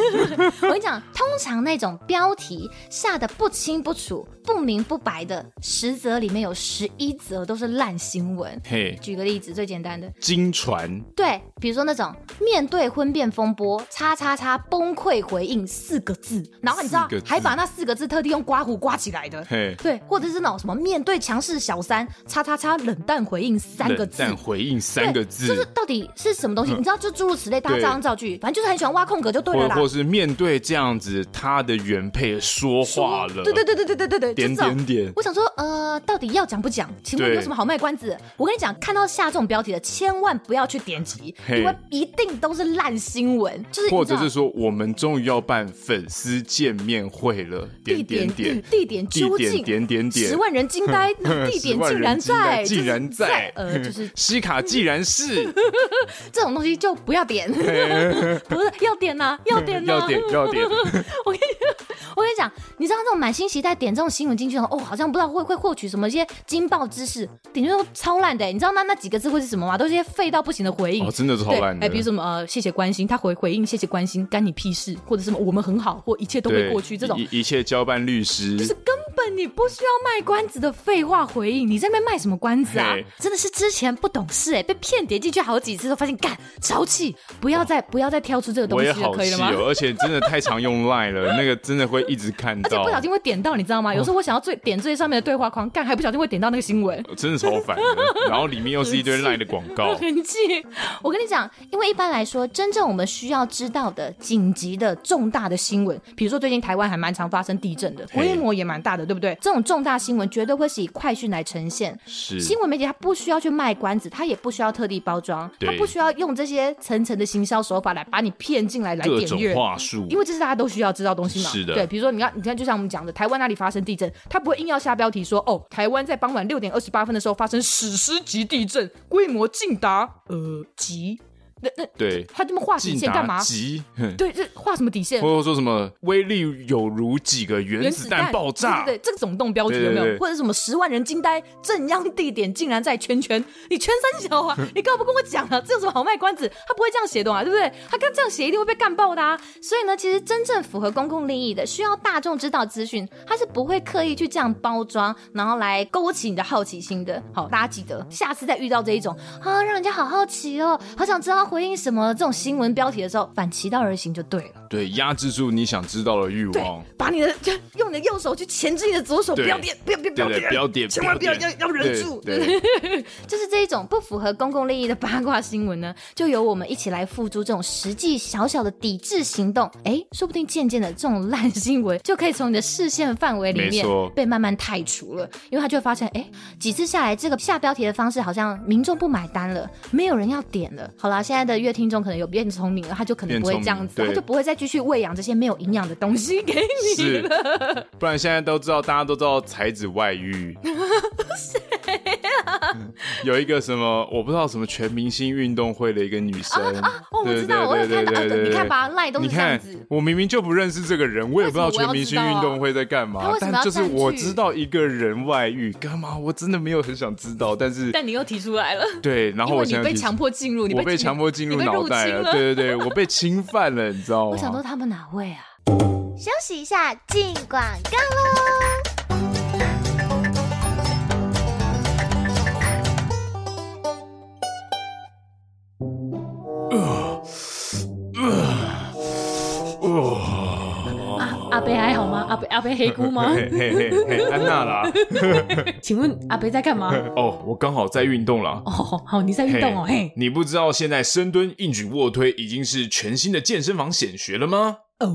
Speaker 4: 我跟你讲，通常那种标题下的不清不楚、不明不白的十则里面有十一则都是烂新闻。
Speaker 2: 嘿，
Speaker 4: 举个例子，最简单的，
Speaker 2: 金传
Speaker 4: 对，比如说那种面对婚变风波，叉叉叉崩溃回应四个字，然后你知道
Speaker 2: 四个字
Speaker 4: 还把那四个字特地用刮胡刮起来的，
Speaker 2: 嘿，
Speaker 4: 对，或者是那种什么面对强势小三，叉叉叉冷淡回应三个
Speaker 2: 冷
Speaker 4: 字。
Speaker 2: 淡回应三个字，嗯
Speaker 4: 就是到底是什么东西？你知道，就诸如此类，大家
Speaker 2: 对
Speaker 4: 照样造句，反正就是很喜欢挖空格就对了
Speaker 2: 或
Speaker 4: 啦。
Speaker 2: 或是面对这样子，他的原配说话了，
Speaker 4: 对对对对对对对对，
Speaker 2: 点
Speaker 4: 就这种
Speaker 2: 点点，
Speaker 4: 我想说，呃，到底要讲不讲？请问
Speaker 2: 对
Speaker 4: 有什么好卖关子？我跟你讲，看到下这种标题的，千万不要去点击，
Speaker 2: 嘿
Speaker 4: 因为一定都是烂新闻，就是
Speaker 2: 或
Speaker 4: 你知
Speaker 2: 者
Speaker 4: 道
Speaker 2: 是说我们终于要办粉丝见面会了，
Speaker 4: 地
Speaker 2: 点
Speaker 4: 点
Speaker 2: 点点，
Speaker 4: 地点究
Speaker 2: 地
Speaker 4: 竟
Speaker 2: 点点点点
Speaker 4: 十万人惊呆，那地点
Speaker 2: 10万
Speaker 4: 竟然
Speaker 2: 人惊呆
Speaker 4: 在，
Speaker 2: 竟然
Speaker 4: 就是在
Speaker 2: 在，
Speaker 4: 呃，就是
Speaker 2: 西卡既然 是
Speaker 4: 这种东西就不要点， 不是要点呐、要点呐、啊
Speaker 2: 要点要 点，
Speaker 4: 我跟你讲，你知道那种满心期待点这种新闻进去哦，好像不知道会会获取什么一些惊爆知识，点进去都超烂的。你知道那那几个字会是什么吗？都是一些废到不行的回应。
Speaker 2: 哦，真的是好
Speaker 4: 对，
Speaker 2: 烂的，
Speaker 4: 哎，比如什么呃，谢谢关心，他回回应谢谢关心，干你屁事，或者什么我们很好，或一切都会
Speaker 2: 对
Speaker 4: 过去这种，
Speaker 2: 一一切交办律师，
Speaker 4: 就是根本你不需要卖关子的废话回应，你在那边卖什么关子啊
Speaker 2: 嘿？
Speaker 3: 真的是之前不懂
Speaker 4: 欸
Speaker 3: 事哎、被骗点进去好几次，都发现干潮气。
Speaker 4: 不要再不要再挑出这个东
Speaker 2: 我
Speaker 4: 西
Speaker 2: 也
Speaker 4: 了，
Speaker 2: 好
Speaker 4: 可以
Speaker 2: 气
Speaker 4: 了吗？
Speaker 2: 哦，而且真的太常用 line 了，那个真的会一直看
Speaker 4: 而且
Speaker 2: 到
Speaker 4: 不，小心会点到，你知道吗？有时候我想要最点最上面的对话框，干还不小心会点到那个新闻。
Speaker 2: 真的超烦的，然后里面又是一堆 line 的广 告，
Speaker 4: 很气，
Speaker 3: 我跟你讲，因为一般来说，真正我们需要知道的
Speaker 4: 紧急的重大的新闻，比如说最近台湾还蛮常发生地震的，
Speaker 2: 嘿
Speaker 4: 规模也蛮大的，对不对？这种重大新闻绝对会是以快讯来呈现。
Speaker 2: 是
Speaker 4: 新闻媒体它不需要去卖关子，它也不需要特地包装，
Speaker 2: 对
Speaker 4: 它不需要用这些层层的行销手法来把你骗进来来
Speaker 2: 各
Speaker 4: 点
Speaker 2: 种
Speaker 4: 阅。
Speaker 2: 话术
Speaker 4: 因，为这是大家都需要知道的东西嘛。
Speaker 2: 是的
Speaker 4: 对，比如说你看，你看，就像我们讲的，台湾那里发生地震，他不会硬要下标题说，哦，台湾在傍晚六点二十八分的时候发生史诗级地震，规模竟达呃级，那那
Speaker 2: 对，
Speaker 4: 他这么画底
Speaker 2: 进
Speaker 4: 线干
Speaker 2: 达
Speaker 4: 嘛？
Speaker 2: 急。哼
Speaker 4: 对，这画什么底线？
Speaker 2: 或者说什么威力有如几个原子弹爆炸，
Speaker 4: 对对对，这个总动标题有没有？
Speaker 2: 对对对
Speaker 4: 或者什么十万人惊呆，正央地点竟然在圈圈，你圈三 小啊？你干嘛不跟我讲啊？这有什么好卖关子？他不会这样写的啊嘛，对不对？他刚这样写一定会被干爆的啊！
Speaker 3: 所以呢，其实真正符合公共利益的、需要大众知道资讯，它是不会刻意去这样包装，然后来勾起你的好奇心的。好，大家记得下次再遇到这一种啊，让人家好好奇哦，好想知道回应什么这种新闻标题的时候，反其道而行就对了。
Speaker 2: 对，压制住你想知道的欲
Speaker 4: 对
Speaker 2: 望。，
Speaker 4: 把你的就用你的右手去钳制你的左手，不
Speaker 2: 对
Speaker 4: 要点，不要不要不
Speaker 2: 对
Speaker 4: 要
Speaker 2: 对，
Speaker 4: 点，
Speaker 2: 不要点，
Speaker 4: 千万不要要
Speaker 2: 点
Speaker 4: 要忍住。
Speaker 2: 对对，
Speaker 4: 就是这一种不符合公共利益的八卦新闻呢，就由我们一起来付诸这种实际小小的抵制行动。哎，说不定渐渐的这种烂新闻就可以从你的视线范围里
Speaker 2: 没
Speaker 4: 面
Speaker 2: 错
Speaker 4: 被慢慢汰除了，因为他就会发现，哎，几次下来，这个下标题的方式好像民众不买单了，没有人要点了。好啦，现在的乐听众可能有变聪明了，他就可能
Speaker 2: 变
Speaker 4: 不会
Speaker 2: 聪
Speaker 4: 这样
Speaker 2: 明
Speaker 4: 子，他
Speaker 2: 对
Speaker 4: 就不会再继续喂养这些没有营养的东西给你。
Speaker 2: 是，不然现在都知道，大家都知道才子外 遇。有一个什么我不知道什么全明星运动会的一个女生
Speaker 4: 哦，我知道，我有
Speaker 2: 对对
Speaker 4: 看到，
Speaker 2: 对
Speaker 4: 呃
Speaker 2: 对对
Speaker 4: 你看吧，赖都
Speaker 2: 你
Speaker 4: 是这样
Speaker 2: 看
Speaker 4: 子。，
Speaker 2: 我明明就不认识这个人，我也不知道
Speaker 4: 为
Speaker 2: 全
Speaker 4: 什么我要
Speaker 2: 明
Speaker 4: 知
Speaker 2: 星
Speaker 4: 道啊
Speaker 2: 运动会在干
Speaker 4: 他
Speaker 2: 嘛
Speaker 4: 为，什
Speaker 2: 但
Speaker 4: 么要
Speaker 2: 就是
Speaker 4: 占据
Speaker 2: 我知道一个人外遇干嘛，我真的没有很想知道，但是
Speaker 1: 但你又提出来了，
Speaker 2: 对，然后
Speaker 1: 因
Speaker 2: 我
Speaker 1: 为
Speaker 2: 现
Speaker 1: 你
Speaker 2: 在
Speaker 1: 被
Speaker 2: 提
Speaker 1: 强迫进入，你
Speaker 2: 我被
Speaker 1: 被
Speaker 2: 强迫进入
Speaker 1: 你被
Speaker 2: 脑
Speaker 1: 入
Speaker 2: 袋
Speaker 1: 侵
Speaker 2: 了，对对对，我被侵犯了，你知道吗？
Speaker 4: 我想说他们哪位啊？
Speaker 3: 休息一下，进广告喽。
Speaker 1: 阿北还好吗？阿北阿北黑姑吗？
Speaker 2: 哦嘿嘿嘿嘿，安娜啦，
Speaker 1: 请问阿北在干嘛？
Speaker 2: 哦，我刚好在运动啦。
Speaker 1: 哦，好，你在运动哦，嘿，
Speaker 2: 你不知道现在深蹲、硬举、卧推已经是全新的健身房显学了吗？
Speaker 1: 哦，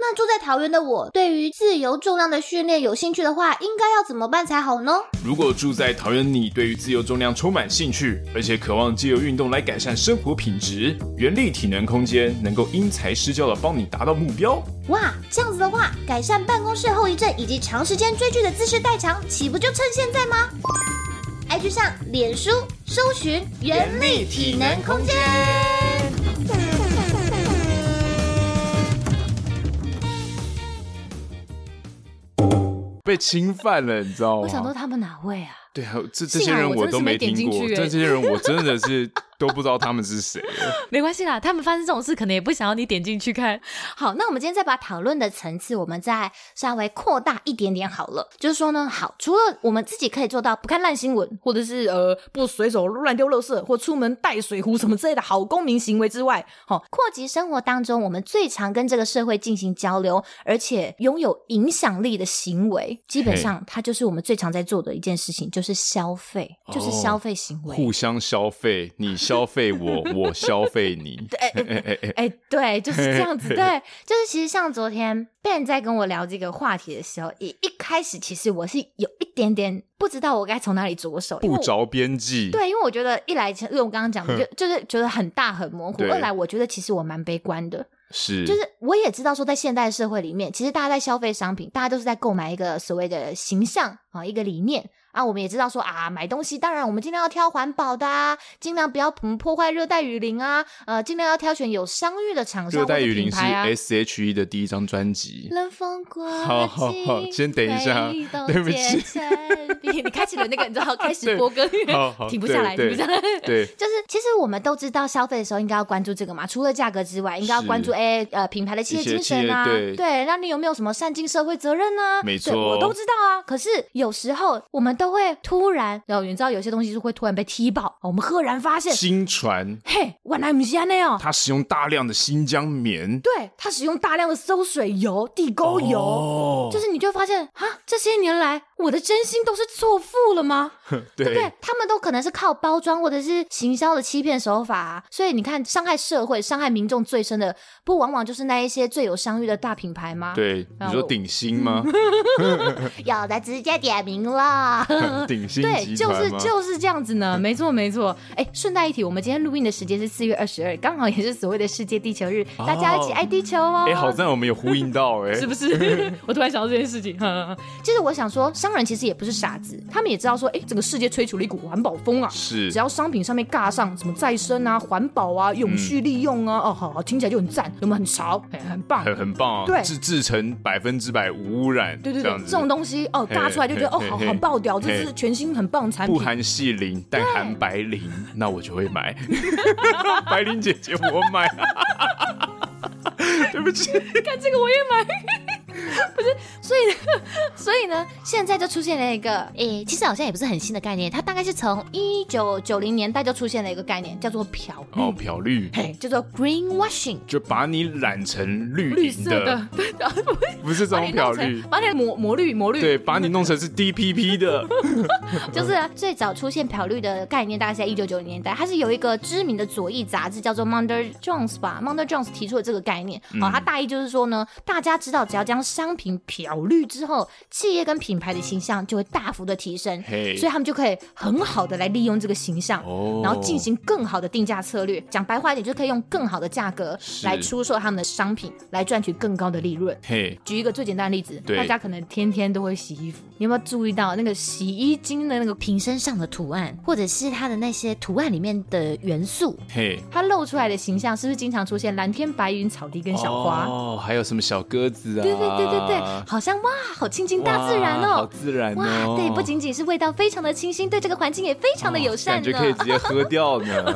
Speaker 3: 那住在桃园的我，对于自由重量的训练有兴趣的话，应该要怎么办才好呢？
Speaker 2: 如果住在桃园，你对于自由重量充满兴趣，而且渴望借由运动来改善生活品质，原力体能空间能够因材施教的帮你达到目标。
Speaker 3: 哇，这样子的话，改善办公室后遗症以及长时间追剧的姿势代偿，岂不就趁现在吗？IG 上、脸书搜寻“原力体能空间”。
Speaker 2: 被侵犯了，你知道吗？
Speaker 4: 我想说他们哪位啊？
Speaker 2: 对啊，这这
Speaker 1: 幸
Speaker 2: 些
Speaker 1: 好
Speaker 2: 人
Speaker 1: 我真的
Speaker 2: 都
Speaker 1: 是
Speaker 2: 没
Speaker 1: 没点进
Speaker 2: 听过，
Speaker 1: 去
Speaker 2: 这
Speaker 1: 欸
Speaker 2: 些人我真的是都不知道他们是谁。
Speaker 1: 没关系啦，他们发生这种事，可能也不想要你点进去看。
Speaker 3: 好，那我们今天再把讨论的层次，我们再稍微扩大一点点好了。
Speaker 4: 就是说呢，好，除了我们自己可以做到不看烂新闻，或者是呃不随手乱丢垃圾，或出门带水壶什么之类的好公民行为之外， 哦，
Speaker 3: 扩及生活当中，我们最常跟这个社会进行交流，而且拥有影响力的行为，
Speaker 4: 基本上它就是我们最常在做的一件事情，就是消费，就是消费行为。
Speaker 2: 互相消费，你消费我，我消费你。
Speaker 4: 哎、对，就是这 样子，对，
Speaker 3: 对，就是其实像昨天 Ben 在跟我聊这个话题的时候，一一开始其实我是有一点点不知道我该从哪里着手，因
Speaker 2: 不
Speaker 3: 为我
Speaker 2: 着边际。
Speaker 3: 对，因为我觉得一来，因为我刚刚讲的，就就是觉得很大很模糊；
Speaker 2: 对
Speaker 3: 二来，我觉得其实我蛮悲观的，
Speaker 2: 是，
Speaker 3: 就是我也知道说，在现代社会里面，其实大家在消费商品，大家都是在购买一个所谓的形象啊，一个理念啊。我们也知道说啊，买东西当然我们尽量要挑环保的啊，尽量不要嗯破坏热带雨林啊，呃，尽量要挑选有商誉的厂商
Speaker 2: 热
Speaker 3: 或者
Speaker 2: 带雨
Speaker 3: 品
Speaker 2: 林是
Speaker 3: 牌啊。
Speaker 2: S H E 的第一张专 辑。
Speaker 3: 冷风过
Speaker 2: 好好好
Speaker 3: 境
Speaker 2: 先等一下
Speaker 3: 挥动
Speaker 2: 对不起
Speaker 3: 渐成冰
Speaker 4: 你开启了那个，你知道，开
Speaker 2: 对
Speaker 4: 始播歌，
Speaker 2: 好好
Speaker 4: 停不下来，停
Speaker 2: 对
Speaker 4: 不下来。
Speaker 2: 对，
Speaker 3: 就是其实我们都知道消费的时候应该要关注这个嘛，除了价格之外，应该要
Speaker 2: 是
Speaker 3: 关注哎呃品牌的企业
Speaker 2: 一些
Speaker 3: 精神啊，
Speaker 2: 企业对
Speaker 3: 那你有没有什么善尽社会责任呢、
Speaker 2: 没错
Speaker 3: 对我都知道啊。可是有时候我们都会突然，然后你知道有些东西是会突然被踢爆，哦我们赫然发现，
Speaker 2: 新传
Speaker 4: 嘿，原来不是安内哦。
Speaker 2: 它使用大量的新疆棉，
Speaker 4: 对他使用大量的馊水油、地沟油，
Speaker 2: 哦
Speaker 3: 就是你就发现啊，
Speaker 4: 这些年来我的真心都是错付了吗？
Speaker 2: 对
Speaker 3: 对他们都可能是靠包装或者是行销的欺骗手法、啊，所以你看伤害社会、伤害民众最深的，不往往就是那一些最有商誉的大品牌吗？，
Speaker 2: 对，
Speaker 4: 啊
Speaker 2: 你说
Speaker 4: 我
Speaker 2: 顶新 吗？
Speaker 3: 有的直接点名 了。
Speaker 2: 顶新
Speaker 4: 对，
Speaker 2: 集
Speaker 4: 就
Speaker 2: 团
Speaker 4: 是
Speaker 2: 吗？
Speaker 4: 就是这样子 呢，没错没错。哎，顺带一提，我们今天录音的时间是四月二十二，刚好也是所谓的世界地球日，
Speaker 2: 哦
Speaker 4: 大家一起爱地球哦。
Speaker 2: 哎，好在我们有呼应 到，哎，
Speaker 1: 是 不是？我突然想到这件事情，哈，
Speaker 4: 其实我想说，商人其实也不是傻子，他们也知道说，哎，整个世界吹起了一股环保风啊。
Speaker 2: 是
Speaker 4: 只要商品上面尬上什么再生啊、环保啊、永续利用
Speaker 2: 嗯
Speaker 4: 啊，哦，好好听起来就很赞，有没有很潮？哎，很 棒。
Speaker 2: 很很棒啊，
Speaker 4: 对
Speaker 2: 制制成百分之百无污染，
Speaker 4: 对对
Speaker 2: 这
Speaker 4: 对
Speaker 2: 样，子
Speaker 4: 这种东西哦，
Speaker 2: 嘿
Speaker 4: 尬出来就觉得哦
Speaker 2: 嘿，
Speaker 4: 好
Speaker 2: 嘿
Speaker 4: 很爆屌，
Speaker 2: 嘿
Speaker 4: 这是全新很棒的产
Speaker 2: 不
Speaker 4: 品。
Speaker 2: 含细鳞，但含白鳞，那我就会 买。白鳞姐 姐，我买。对不起，
Speaker 1: 看这个我也买，
Speaker 4: 所以，所以呢， 现在就出现了一个，诶、其实好像也不是很新的概念，它大概是从一九九零年代就出现了一个概念，叫做漂，
Speaker 2: 哦，漂绿
Speaker 4: 嘿，叫做 greenwashing。
Speaker 2: 就把你染成绿
Speaker 1: 绿
Speaker 2: 营
Speaker 1: 色的， 对，然后
Speaker 2: 不是这
Speaker 1: 把
Speaker 2: 种
Speaker 1: 你
Speaker 2: 漂
Speaker 1: 弄成
Speaker 2: 绿，
Speaker 1: 把你抹抹绿抹绿，
Speaker 2: 对，把你弄成是 DPP 的，
Speaker 4: 就是
Speaker 2: 嗯
Speaker 4: 啊最早出现漂绿的概念，大概是在一九九零年代，它是有一个知名的左翼杂志叫做 Monder Jones 吧，Monder Jones 提出了这个概念。
Speaker 2: 嗯
Speaker 4: 好、它大意就是说呢，大家知道只要将商品漂绿之后，企业跟品牌的形象就会大幅的提升，
Speaker 2: 嘿
Speaker 4: 所以他们就可以很好的来利用这个形象，
Speaker 2: 哦
Speaker 4: 然后进行更好的定价策略。讲白话一点，就是可以用更好的价格
Speaker 2: 是
Speaker 4: 来出售他们的商品，来赚取更高的利润。
Speaker 2: 嘿，
Speaker 4: 举一个最简单的例子，
Speaker 2: 对
Speaker 4: 大家可能天天都会洗衣服，你有没有注意到那个洗衣精的那个
Speaker 3: 瓶身上的图案，或者是它的那些图案里面的元素，
Speaker 2: 嘿，
Speaker 4: 它露出来的形象，是不是经常出现蓝天白云、草地跟小花？
Speaker 2: 哦，还有什么小鸽子啊？
Speaker 4: 对对对对对，好像哇，好亲近大自然
Speaker 2: 哇好
Speaker 4: 哦。
Speaker 2: 自然
Speaker 4: 哇
Speaker 2: 哦，，
Speaker 4: 对，不仅仅是味道非常的清新，对这个环境也非常的友善
Speaker 2: 感觉
Speaker 4: 呢。
Speaker 2: 可以直接喝掉 呢，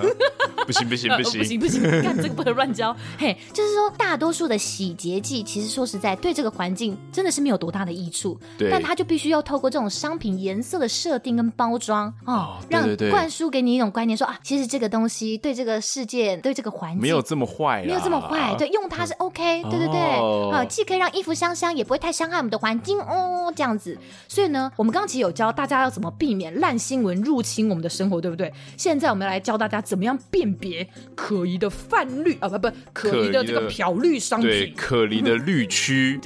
Speaker 2: 不行不行
Speaker 1: 呃
Speaker 2: 不
Speaker 1: 不行
Speaker 2: 行，
Speaker 1: 不行， 干这个不能乱教，
Speaker 4: 嘿，就是说，大多数的洗洁剂，其实说实在，对这个环境真的是没有多大的益处。
Speaker 2: 对
Speaker 4: 但它就必须要透过这种商品颜色的设定跟包装哦，
Speaker 2: 对对对
Speaker 4: 让灌输给你一种观念说，啊，其实这个东西对这个世界、对这个环境
Speaker 2: 没有这么坏啦，嗯
Speaker 4: 没有这么坏，对，用它是 OK，、对对对，
Speaker 2: 哦
Speaker 4: 啊，既可以让衣服香香，也不会太伤害我们的环境哦，这样子。所以呢，我们刚刚其实有教大家要怎么避免烂新闻入侵我们的生活，对不对？现在我们来教大家怎么样辨别可疑的泛绿啊，不不，可疑的
Speaker 2: 可
Speaker 4: 这
Speaker 2: 疑的
Speaker 4: 个漂绿商
Speaker 2: 对，
Speaker 4: 品。
Speaker 2: 可离的绿 区，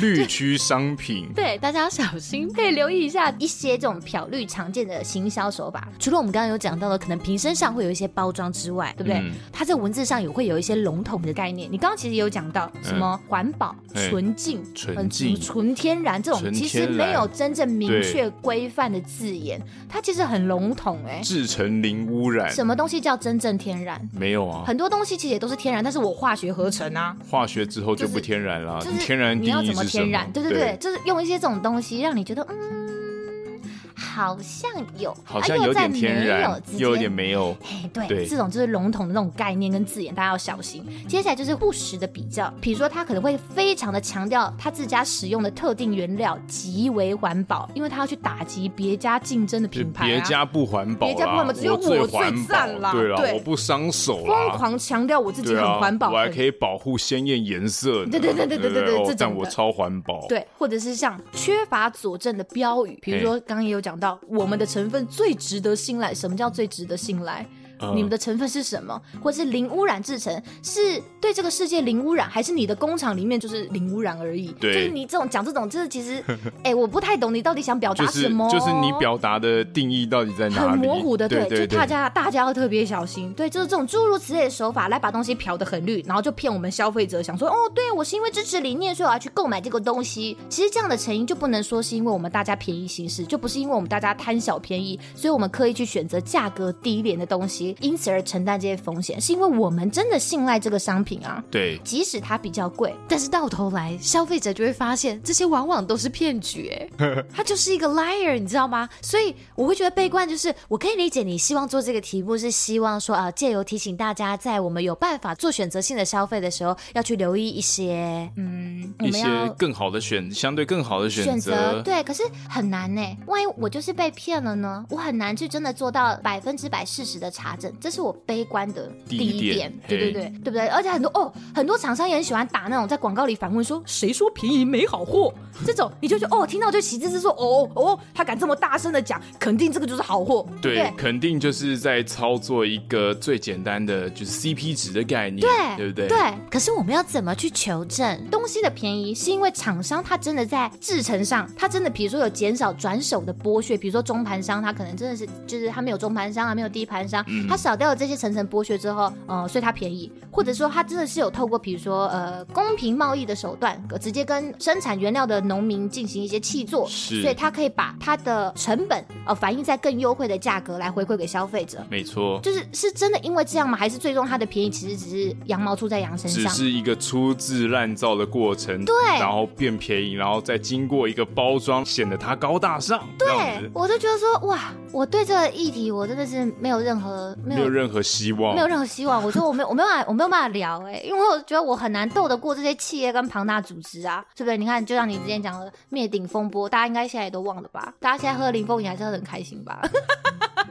Speaker 2: 绿区商品，
Speaker 4: 对，大家要小心，可以留意一下一些这种漂绿常见的行销手法。
Speaker 3: 除了我们刚刚有讲到的，可能瓶身上会有一些包装之外，对
Speaker 4: 对
Speaker 3: 不
Speaker 4: 不
Speaker 3: 对？
Speaker 2: 嗯
Speaker 4: 对？
Speaker 3: 它在文字上也会有一些笼统
Speaker 4: 的
Speaker 3: 的，
Speaker 4: 概念，你刚刚其实也有讲到什么环保、
Speaker 2: 嗯
Speaker 4: 纯净、
Speaker 2: 纯
Speaker 4: 嗯
Speaker 2: 净
Speaker 4: 纯天然这种，
Speaker 2: 纯
Speaker 4: 其实
Speaker 2: 天
Speaker 4: 没
Speaker 2: 然
Speaker 4: 有真正明
Speaker 2: 对
Speaker 4: 确规范的字眼，它其实很笼统哎、
Speaker 2: 制成零污染，
Speaker 4: 什么东西叫真正天然？
Speaker 2: 没有啊，
Speaker 4: 很多东西其实也都是天然，但是我化学合成啊，
Speaker 2: 化学之后就不天然啦，
Speaker 4: 就是
Speaker 2: 天然
Speaker 4: 你
Speaker 2: 定
Speaker 4: 要
Speaker 2: 义
Speaker 4: 怎么
Speaker 2: 是什
Speaker 4: 天然？对对对，
Speaker 2: 对。
Speaker 4: 就是用一些这种东西让你觉得嗯，好像有，
Speaker 2: 好
Speaker 4: 啊
Speaker 2: 像
Speaker 4: 又
Speaker 2: 有
Speaker 4: 在
Speaker 2: 点天
Speaker 4: 没
Speaker 2: 然，
Speaker 4: 之
Speaker 2: 又有
Speaker 4: 间
Speaker 2: 点没有。
Speaker 4: 哎，对，
Speaker 2: 对
Speaker 4: 这种就是笼统的那种概念跟字眼，大家要小心。接下来就是不实的比较，比如说他可能会非常的强调他自家使用的特定原料极为环保，因为他要去打击别家竞争的
Speaker 2: 就
Speaker 4: 品牌、啊，
Speaker 2: 别家不环保啦，
Speaker 4: 别家不环保只有
Speaker 2: 我最
Speaker 4: 我最
Speaker 2: 环保
Speaker 4: 赞啦
Speaker 2: 对啦，
Speaker 4: 对
Speaker 2: 我不伤手啦，
Speaker 4: 疯狂强调我自己
Speaker 2: 对啊，
Speaker 4: 很环保，
Speaker 2: 我还
Speaker 4: 很
Speaker 2: 可以保护鲜艳颜色呢。
Speaker 4: 对对对对对对对
Speaker 2: 哦
Speaker 4: 这种
Speaker 2: 但
Speaker 4: 的
Speaker 2: 我超环保。
Speaker 4: 对，或者是像缺乏佐证的标语，比如
Speaker 2: 哎
Speaker 4: 说刚刚也有讲到，我们的成分最值得信赖。什么叫最值得信赖？
Speaker 2: 嗯
Speaker 4: 你们的成分是什么？或是零污染制成，是对这个世界零污染，还是你的工厂里面就是零污染而已？
Speaker 2: 对
Speaker 4: 就是你这种讲这种，就是其实， 哎、我不太懂你到底想表达
Speaker 2: 就是
Speaker 4: 什么、
Speaker 2: 就是你。表达的定义到底在哪里？
Speaker 4: 很模糊的，
Speaker 2: 对对，
Speaker 4: 就大家大家要特别小心，对，就是这种诸如此类的手法来把东西漂得很绿，然后就骗我们消费者，想说哦，对我是因为支持理念，所以我要去购买这个东西。其实这样的成因就不能说是因为我们大家便宜行事，就不是因为我们大家贪小便宜，所以我们刻意去选择价格低廉的东西，因此而承担这些风险，是因为我们真的信赖这个商品啊，
Speaker 2: 对
Speaker 4: 即使它比较贵，
Speaker 3: 但是到头来，消费者就会发现这些往往都是骗局、哎，他就是一个 liar，你知道吗？所以我会觉得悲观，就是我可以理解你希望做这个题目是希望说啊，借由提醒大家，在我们有办法做选择性的消费的时候，要去留意一些，嗯，
Speaker 4: 我
Speaker 2: 一
Speaker 4: 们
Speaker 2: 些
Speaker 4: 要
Speaker 2: 更好的选，相对更好的
Speaker 4: 选择
Speaker 2: 择。
Speaker 4: 对，可是很难呢。万一我就是被骗了呢？我很难去真的做到百分之百事实的查证，这是我悲观的
Speaker 2: 第
Speaker 4: 第
Speaker 2: 一
Speaker 4: 一
Speaker 2: 点
Speaker 4: 点。对对对，对不对？而且很多哦，很多厂商也很喜欢打那种在广告里反问说“谁说便宜没好货”这种，你就觉得哦，听到就喜滋滋说哦哦，他敢这么大声的讲，肯定这个就是好货。
Speaker 2: 对
Speaker 4: 对
Speaker 2: 肯定就是在操作一个最简单的，就是 CP 值的概念，
Speaker 4: 对
Speaker 2: 对不对？
Speaker 4: 对，
Speaker 3: 可是我们要怎么去求证？
Speaker 4: 东西的便宜是因为厂商他真的在制成上，他真的比如说有减少转手的剥削，比如说中盘商他可能真的是就是他没有中盘商啊，没有低盘商，他少掉了这些层层剥削之后，呃，所以它便宜，或者说他真的是有透过比如说呃公平贸易的手段，呃直接跟生产原料的农民进行一些契作，
Speaker 2: 是
Speaker 4: 所以他可以把它的成本呃反映在更优惠的价格来回馈给消费者。
Speaker 2: 没错，
Speaker 4: 就是是真的因为这样吗？还是最终它的便宜其实只是羊毛出在羊身
Speaker 2: 只
Speaker 4: 上？
Speaker 2: 是一个粗制滥造的过程，对然后变便宜，然后再经过一个包装，显得它高大上，对
Speaker 4: 对，我就觉得说，哇，我对这个议题我真的是没有任何有没
Speaker 2: 没有
Speaker 4: 有
Speaker 2: 任何希望，
Speaker 4: 没有任何希望。我说我没有，我没有办法，我没有办法聊哎、因为我觉得我很难斗得过这些企业跟庞大组织啊，对不对？你看，就像你之前讲的灭顶风波，大家应该现在也都忘了吧？大家现在喝林凤营还是喝得很开心吧？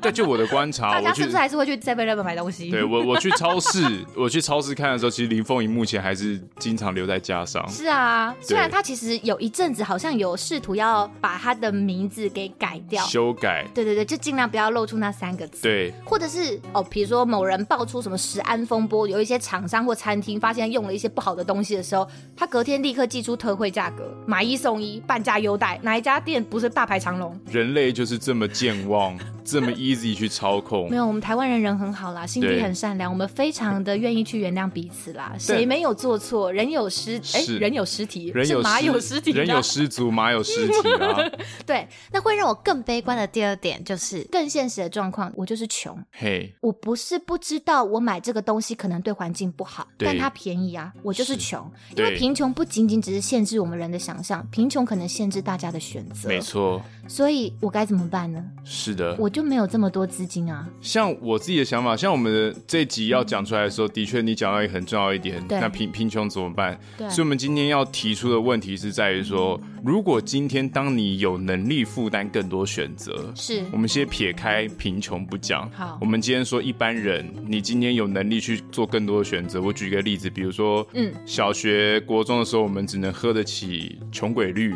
Speaker 2: 但就我的观 察，
Speaker 4: 大
Speaker 2: 我
Speaker 4: 家是
Speaker 2: 去
Speaker 4: 不是还是会去 Seven Eleven 买东西？
Speaker 2: 对我我去超市， 我去超市看的时候，其实林凤仪目前还是经常留在家上。
Speaker 4: 是啊， 虽然
Speaker 2: 对
Speaker 4: 他其实有一阵子好像有试图要把他的名字给改掉，
Speaker 2: 修改，
Speaker 4: 对对对，就尽量不要露出那三个字。
Speaker 2: 对，
Speaker 4: 或者是哦，比如说某人爆出什么食安风波，有一些厂商或餐厅发现用了一些不好的东西的时候，他隔天立刻寄出特惠价格，买一送一，半价优待，哪一家店不是大排长龙？
Speaker 2: 人类就是这么健忘，这么 easy 去操控
Speaker 4: 没。有，我们台湾人人很好啦，心
Speaker 2: 对
Speaker 4: 地很善良，我们非常的愿意去原谅彼此啦。谁没有做错？人有失，哎，
Speaker 2: 是
Speaker 4: 人有失蹄，
Speaker 2: 人有
Speaker 4: 是马有啊
Speaker 2: 失
Speaker 4: 失蹄，
Speaker 2: 人有失足，马有失蹄 啊！
Speaker 4: 对，那会让我更悲观的第二点就是更现实的状况，我就是穷。
Speaker 2: 嘿，
Speaker 4: 我不是不知道，我买这个东西可能对环境不好，
Speaker 2: 对
Speaker 4: 但它便宜啊，我就是
Speaker 2: 是
Speaker 4: 穷。因
Speaker 2: 对
Speaker 4: 为贫穷不仅仅只是限制我们人的想象，贫穷可能限制大家的选择。
Speaker 2: 没，错，
Speaker 4: 所以我该怎么办呢？
Speaker 2: 是的。
Speaker 4: 我就没有这么多资金啊。
Speaker 2: 像我自己的想法，像我们的这集要讲出来的时候，的确你讲到一个很重要一点，
Speaker 4: 对
Speaker 2: 那贫贫穷怎么办？
Speaker 4: 对
Speaker 2: 所以我们今天要提出的问题是在于说，如果今天当你有能力负担更多选择，
Speaker 4: 是
Speaker 2: 我们先撇开贫穷不讲，
Speaker 1: 好
Speaker 2: 我们今天说一般人，你今天有能力去做更多的选择。我举一个例子，比如说，
Speaker 4: 嗯，
Speaker 2: 小学、国中的时候，我们只能喝得起穷鬼 绿，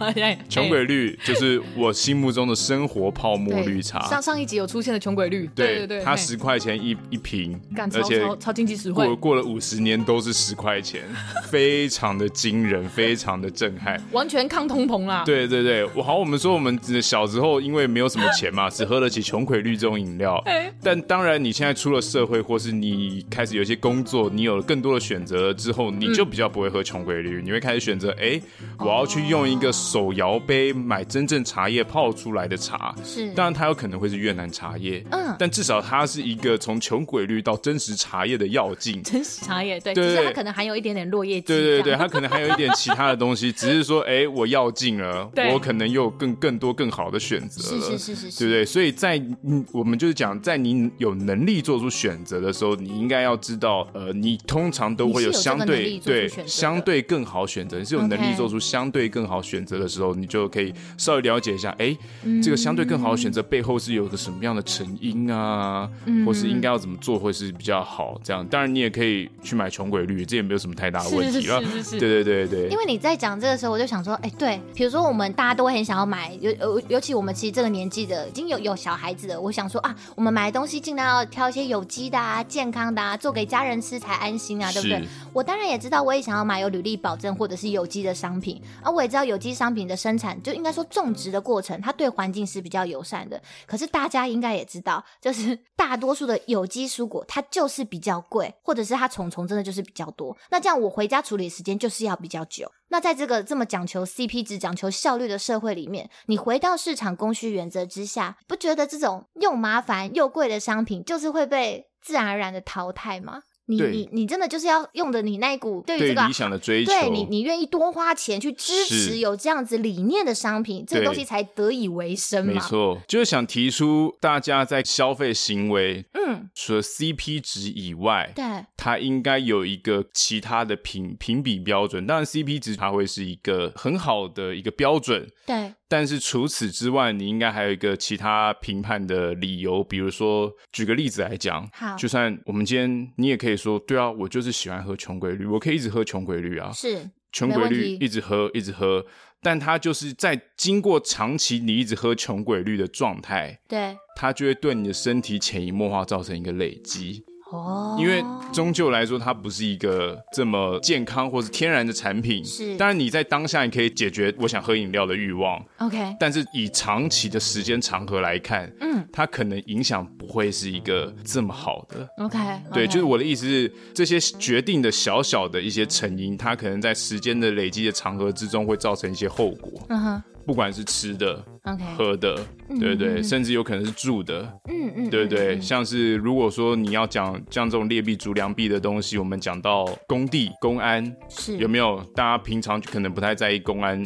Speaker 1: 哎
Speaker 2: 穷鬼绿就是我心目中的生活泡沫绿茶
Speaker 1: 哎上。上一集有出现的穷鬼绿，对对，
Speaker 2: 它
Speaker 1: 嘿
Speaker 2: 十块钱一一瓶，
Speaker 1: 干超
Speaker 2: 而且
Speaker 1: 超超经济实惠
Speaker 2: 过，过了五十年都是十块钱，非常的惊人，非常的震撼。
Speaker 1: 完全抗通膨啦。
Speaker 2: 对对对，我好，我们说我们小时候因为没有什么 钱嘛，只喝得起穷鬼绿这种饮料。
Speaker 1: 哎
Speaker 2: 但当然，你现在出了社会，或是你开始有一些工作，你有了更多的选择之后，你就比较不会喝穷鬼绿，你会开始选择，哎，我要去用一个手摇杯买真正茶叶泡出来的茶。
Speaker 4: 是，
Speaker 2: 当然，它有可能会是越南茶叶，
Speaker 4: 嗯
Speaker 2: 但至少它是一个从穷鬼绿到真实茶叶的药剂。
Speaker 1: 真实茶叶，对，
Speaker 2: 对
Speaker 1: 就是
Speaker 2: 对
Speaker 1: 它可能含有一点点落叶
Speaker 2: 对对
Speaker 1: 这
Speaker 2: 对，
Speaker 1: 样
Speaker 2: 它可能还有一点其他的东西，只是说，哎，我要进了，
Speaker 1: 对
Speaker 2: 我可能又有更更多更好的选择
Speaker 4: 是
Speaker 2: 了，
Speaker 4: 是是是
Speaker 2: 对
Speaker 4: 是，
Speaker 2: 不对？所以在嗯，我们就是讲，在你有能力做出选择的时候，你应该要知道，呃，你通常都会
Speaker 4: 你是有
Speaker 2: 相
Speaker 4: 这个能
Speaker 2: 对
Speaker 4: 力做出
Speaker 2: 对
Speaker 4: 选择的
Speaker 2: 相对更好选择，你是有能力
Speaker 4: OK
Speaker 2: 做出相对更好选择的时候，你就可以稍微了解一下，哎，
Speaker 4: 嗯
Speaker 2: 这个相对更好的选择背后是有个什么样的成因啊，或是
Speaker 4: 嗯
Speaker 2: 应该要怎么做会是比较好？这样，当然你也可以去买穷鬼绿，这也没有什么太大的问
Speaker 1: 是是
Speaker 2: 题了。
Speaker 1: 是是是，
Speaker 2: 对对对对，
Speaker 4: 因为你在讲这个时候，我就想说，哎，对，比如说我们大家都会很想要买，尤尤尤其我们其实这个年纪的，已经有有小孩子的，我想说啊，我们买东西尽量要挑一些有机的啊、健康的啊，做给家人吃才安心啊，对不对
Speaker 2: 是？
Speaker 4: 我当然也知道，我也想要买有履历保证或者是有机的商品啊，我也知道有机商品的生产，就应该说种植的过程，它对环境是比较友善的。可是大家应该也知道，就是大多数的有机蔬果，它就是比较贵，或者是它虫虫真的就是比较多。那这样我回家处理时间就是要比较久。那在这个这么讲求 CP 值、讲求效率的社会里面，你回到市场供需原则之下，不觉得这种又麻烦又贵的商品，就是会被自然而然的淘汰吗？你
Speaker 2: 对
Speaker 4: 你你真的就是要用的你那一股对于
Speaker 2: 对
Speaker 4: 这个
Speaker 2: 理想的追求，
Speaker 4: 对你，你愿意多花钱去支
Speaker 2: 是
Speaker 4: 持有这样子理念的商品，这个
Speaker 2: 对
Speaker 4: 东西才得以为生嘛。
Speaker 2: 没错，就是想提出大家在消费行为
Speaker 4: 嗯，
Speaker 2: 除了 CP 值以外，
Speaker 4: 对，
Speaker 2: 它应该有一个其他的评评比标准。当然，CP 值它会是一个很好的一个标准，
Speaker 4: 对，
Speaker 2: 但是除此之外，你应该还有一个其他评判的理由，比如说，举个例子来讲，
Speaker 4: 好
Speaker 2: 就算我们今天你也可以说，对啊，我就是喜欢喝穷鬼绿，我可以一直喝穷鬼绿啊，
Speaker 4: 是
Speaker 2: 穷鬼
Speaker 4: 没
Speaker 2: 绿
Speaker 4: 问题
Speaker 2: 一直喝一直喝，但它就是在经过长期你一直喝穷鬼绿的状态，
Speaker 4: 对，
Speaker 2: 它就会对你的身体潜移默化造成一个累积，
Speaker 4: 哦，
Speaker 2: 因为终究来说，它不是一个这么健康或是天然的产品。
Speaker 4: 是
Speaker 2: 当然你在当下你可以解决我想喝饮料的欲望，
Speaker 4: OK，
Speaker 2: 但是以长期的时间长河来看，
Speaker 4: 嗯
Speaker 2: 它可能影响不会是一个这么好的。
Speaker 4: ，OK，
Speaker 2: 对，就是我的意思是，这些决定的小小的一些成因，它可能在时间的累积的长河之中会造成一些后果，
Speaker 4: 嗯哼，
Speaker 2: 不管是吃的、
Speaker 3: OK，
Speaker 2: 喝的，对对，甚至有可能是住的，
Speaker 3: 嗯嗯，
Speaker 2: 对对，像是如果说你要讲像这种劣币逐良币的东西，我们讲到工地、公安，
Speaker 3: 是
Speaker 2: 有没有？大家平常就可能不太在意公 安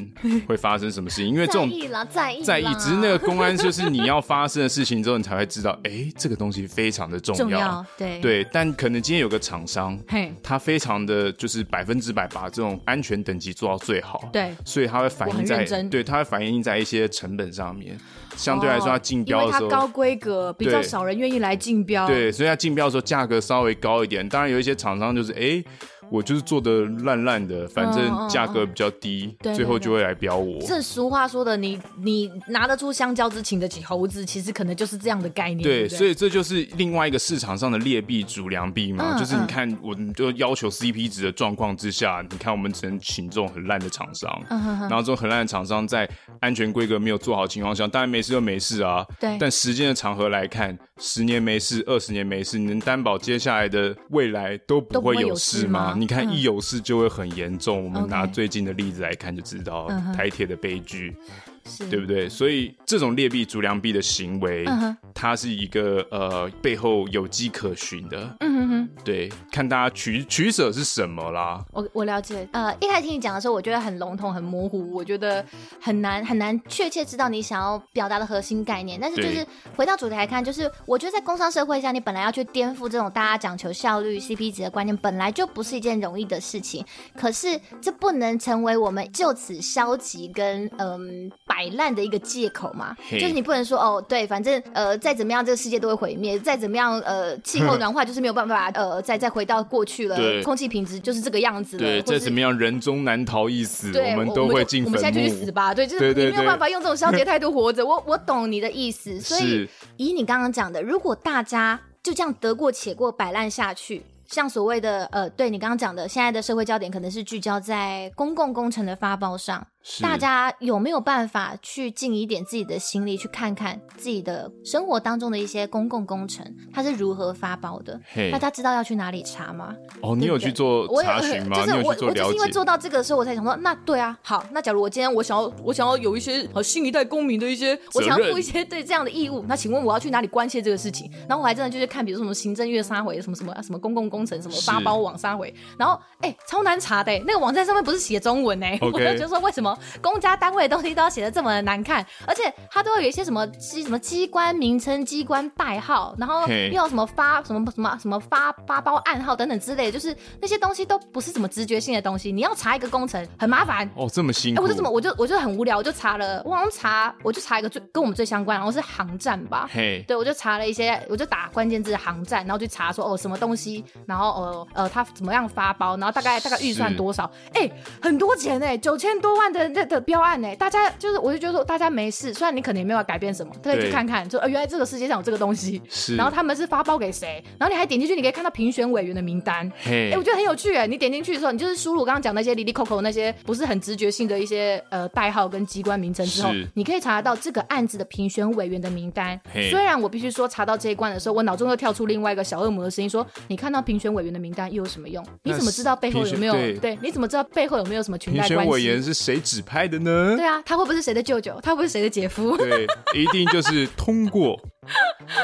Speaker 2: 会发生什么事情，因为这
Speaker 4: 在
Speaker 2: 种
Speaker 4: 意啦，在意啦，
Speaker 2: 在意，
Speaker 1: 啊
Speaker 2: 只是那个公安就是你要发生的事情之后，你才会知道，哎，这个东西非常的重
Speaker 3: 重
Speaker 2: 要
Speaker 3: 要。，对，
Speaker 2: 对，但可能今天有个厂商，
Speaker 1: 嘿，
Speaker 2: 他非常的就是百分之百把这种安全等级做到最好，
Speaker 1: 对
Speaker 2: 所以它会反映
Speaker 1: 我很
Speaker 2: 在
Speaker 1: 认真
Speaker 2: 对，它会反映在一些成本上面。相对来说，
Speaker 1: 哦
Speaker 2: 它竞
Speaker 1: 因
Speaker 2: 标
Speaker 1: 为
Speaker 2: 的时
Speaker 1: 它
Speaker 2: 候，
Speaker 1: 高规格，比较
Speaker 2: 对
Speaker 1: 少人愿意来竞标。
Speaker 2: 对，所以它竞标的时候价格稍微高一点。当然有一些厂商就是，哎、我就是做的烂烂的，反
Speaker 1: 嗯嗯
Speaker 2: 正价格比较低，
Speaker 1: 对
Speaker 2: 最后就会来标我。
Speaker 1: 这俗话说的，你你拿得出香蕉之请得起猴子，其实可能就是这样的概念。对
Speaker 2: 对，
Speaker 1: 不对，
Speaker 2: 所以这就是另外一个市场上的劣币逐良币嘛，
Speaker 3: 嗯
Speaker 2: 就是你
Speaker 3: 嗯
Speaker 2: 看，我们就要求 CP 值的状况之下，你看我们只能请这种很烂的厂商，然后这种很烂的厂商在安全规格没有做好的情况下，当然没事就没事啊，
Speaker 3: 对
Speaker 2: 但时间的长河来看，十年没事，二十年没事，你能担保接下来的未来都不会有事
Speaker 3: 都不会有事吗
Speaker 2: 吗？你看
Speaker 3: 嗯
Speaker 2: 一有事就会很严重，我们
Speaker 3: OK
Speaker 2: 拿最近的例子来看就知道
Speaker 3: 嗯哼
Speaker 2: 台铁的悲剧。
Speaker 3: 是
Speaker 2: 对不
Speaker 4: 嗯
Speaker 2: 对？所以这种劣币逐良币的行为，
Speaker 3: 嗯哼
Speaker 2: 它是一个呃背后有迹可循的。
Speaker 3: 嗯哼哼，
Speaker 2: 对，看大家取取舍是什么啦。
Speaker 3: 我我了解，
Speaker 4: 呃，一开始听你讲的时候，我觉得很笼统、很模糊，我觉得很难很难确切知道你想要表达的核心概念。但是就
Speaker 2: 对
Speaker 4: 是回到主题来看，就是我觉得在工商社会下，你本来要去颠覆这种大家讲求效率、CP 值的观念，本来就不是一件容易的事情。可是这不能成为我们就此消极跟嗯摆烂的一个借口嘛？
Speaker 2: 嘿
Speaker 4: 就是你不能说哦，对，反正呃再怎么样这个世界都会毁灭，再怎么样呃气候暖化就是没有办法呃再再回到过去了，
Speaker 2: 对
Speaker 4: 空气品质就是这个样子了，
Speaker 2: 对，
Speaker 4: 或
Speaker 2: 再
Speaker 4: 是
Speaker 2: 怎么样，人终难逃一死，
Speaker 4: 对，
Speaker 2: 们
Speaker 4: 我
Speaker 2: 都会
Speaker 4: 就
Speaker 2: 进
Speaker 4: 我
Speaker 2: 坟
Speaker 4: 们现在就去死
Speaker 2: 墓。
Speaker 4: 吧，对，就是
Speaker 2: 对对
Speaker 4: 你没有
Speaker 2: 对
Speaker 4: 办法用这种消极的态度活着。我我懂你的 意思，所以
Speaker 2: 是，
Speaker 4: 以你刚刚讲的，如果大家就这样得过且过摆烂下去，像所谓的呃，对你刚刚讲的，现在的社会焦点可能是聚焦在公共工程的发包上，
Speaker 2: 是
Speaker 4: 大家有没有办法去尽一点自己的心力，去看看自己的生活当中的一些公共工程，它是如何发包的？
Speaker 2: 嘿
Speaker 4: 大，家知道要去哪里查吗？
Speaker 2: 哦，你有去做
Speaker 4: 我有
Speaker 2: 查询吗？
Speaker 4: 就是
Speaker 2: 你有
Speaker 4: 我
Speaker 2: 去做
Speaker 4: 我就是
Speaker 2: 了
Speaker 4: 因为
Speaker 2: 解
Speaker 4: 做？到这个的时候，我才想说，那对啊，
Speaker 1: 好，那假如我今天我想要我想要有一些呃新一代公民的一些，
Speaker 4: 我想要
Speaker 2: 责
Speaker 4: 负
Speaker 2: 任
Speaker 4: 一些对这样的义务。
Speaker 1: 那请问我要去哪里关切这个事情？然后我还真的就是看，比如说什么行政院杀回什么什么啊什么公共工程什么
Speaker 2: 是
Speaker 1: 发包网杀回，然后哎、超难查的、那个网站上面不是写中文呢、欸 我
Speaker 2: OK
Speaker 1: 就觉得说为什么
Speaker 4: 公家单位的东西都要写的这么难看，而且它都会有一些什么机什么机关名称、机关代号，然后
Speaker 2: 嘿
Speaker 4: 又有什么发什么什么什么发发包暗号等等之类的，就是那些东西都不是什么直觉性的东西。你要查一个工程很麻烦。
Speaker 2: 哦，这么辛
Speaker 4: 哎、
Speaker 2: 苦，
Speaker 4: 我就怎么，我就我就很无聊，我就查了，我好像查，我就查一个最跟我们最相关，然后是航站吧，
Speaker 2: 嘿，
Speaker 4: 对，我就查了一些，我就打关键字航站，然后去查说哦什么东西，然后
Speaker 1: 哦
Speaker 4: 呃呃它怎么样发包，然后大概大概预算
Speaker 2: 是
Speaker 4: 多少，
Speaker 1: 哎、很多钱哎、九千多万的的的标案哎、大家就是我就觉得说大家没事，虽然你可能也没有改变什么，但可以去
Speaker 2: 对
Speaker 1: 看看，说呃原来这个世界上有这个东西，
Speaker 2: 是，
Speaker 1: 然后他们是发包给谁，然后你还点进去，你可以看到评选委员的名单。哎、
Speaker 2: 嘿
Speaker 1: 我，觉得很有趣哎！你点进去的时候，你就是输入刚刚讲那些 Lily Coco 那些不是很直觉性的一些呃代号跟机关名称之后
Speaker 2: 是，
Speaker 1: 你可以查得到这个案子的评选委员的名单。
Speaker 2: 嘿
Speaker 1: 虽然我必须说查到这一关的时候，我脑中又跳出另外一个小恶魔的声音说：“你看到评选委员的名单又有什么用？你怎么知道背后有没有
Speaker 2: 评选对
Speaker 1: 你怎么知道背后有没有什么裙
Speaker 2: 评
Speaker 1: 带
Speaker 2: 选
Speaker 1: 关
Speaker 2: 委
Speaker 1: 系？
Speaker 2: 员是谁指派的呢？
Speaker 1: 对啊，他会不会是谁的舅舅？他会不会是谁的姐夫？不
Speaker 2: 对，一定就是通过，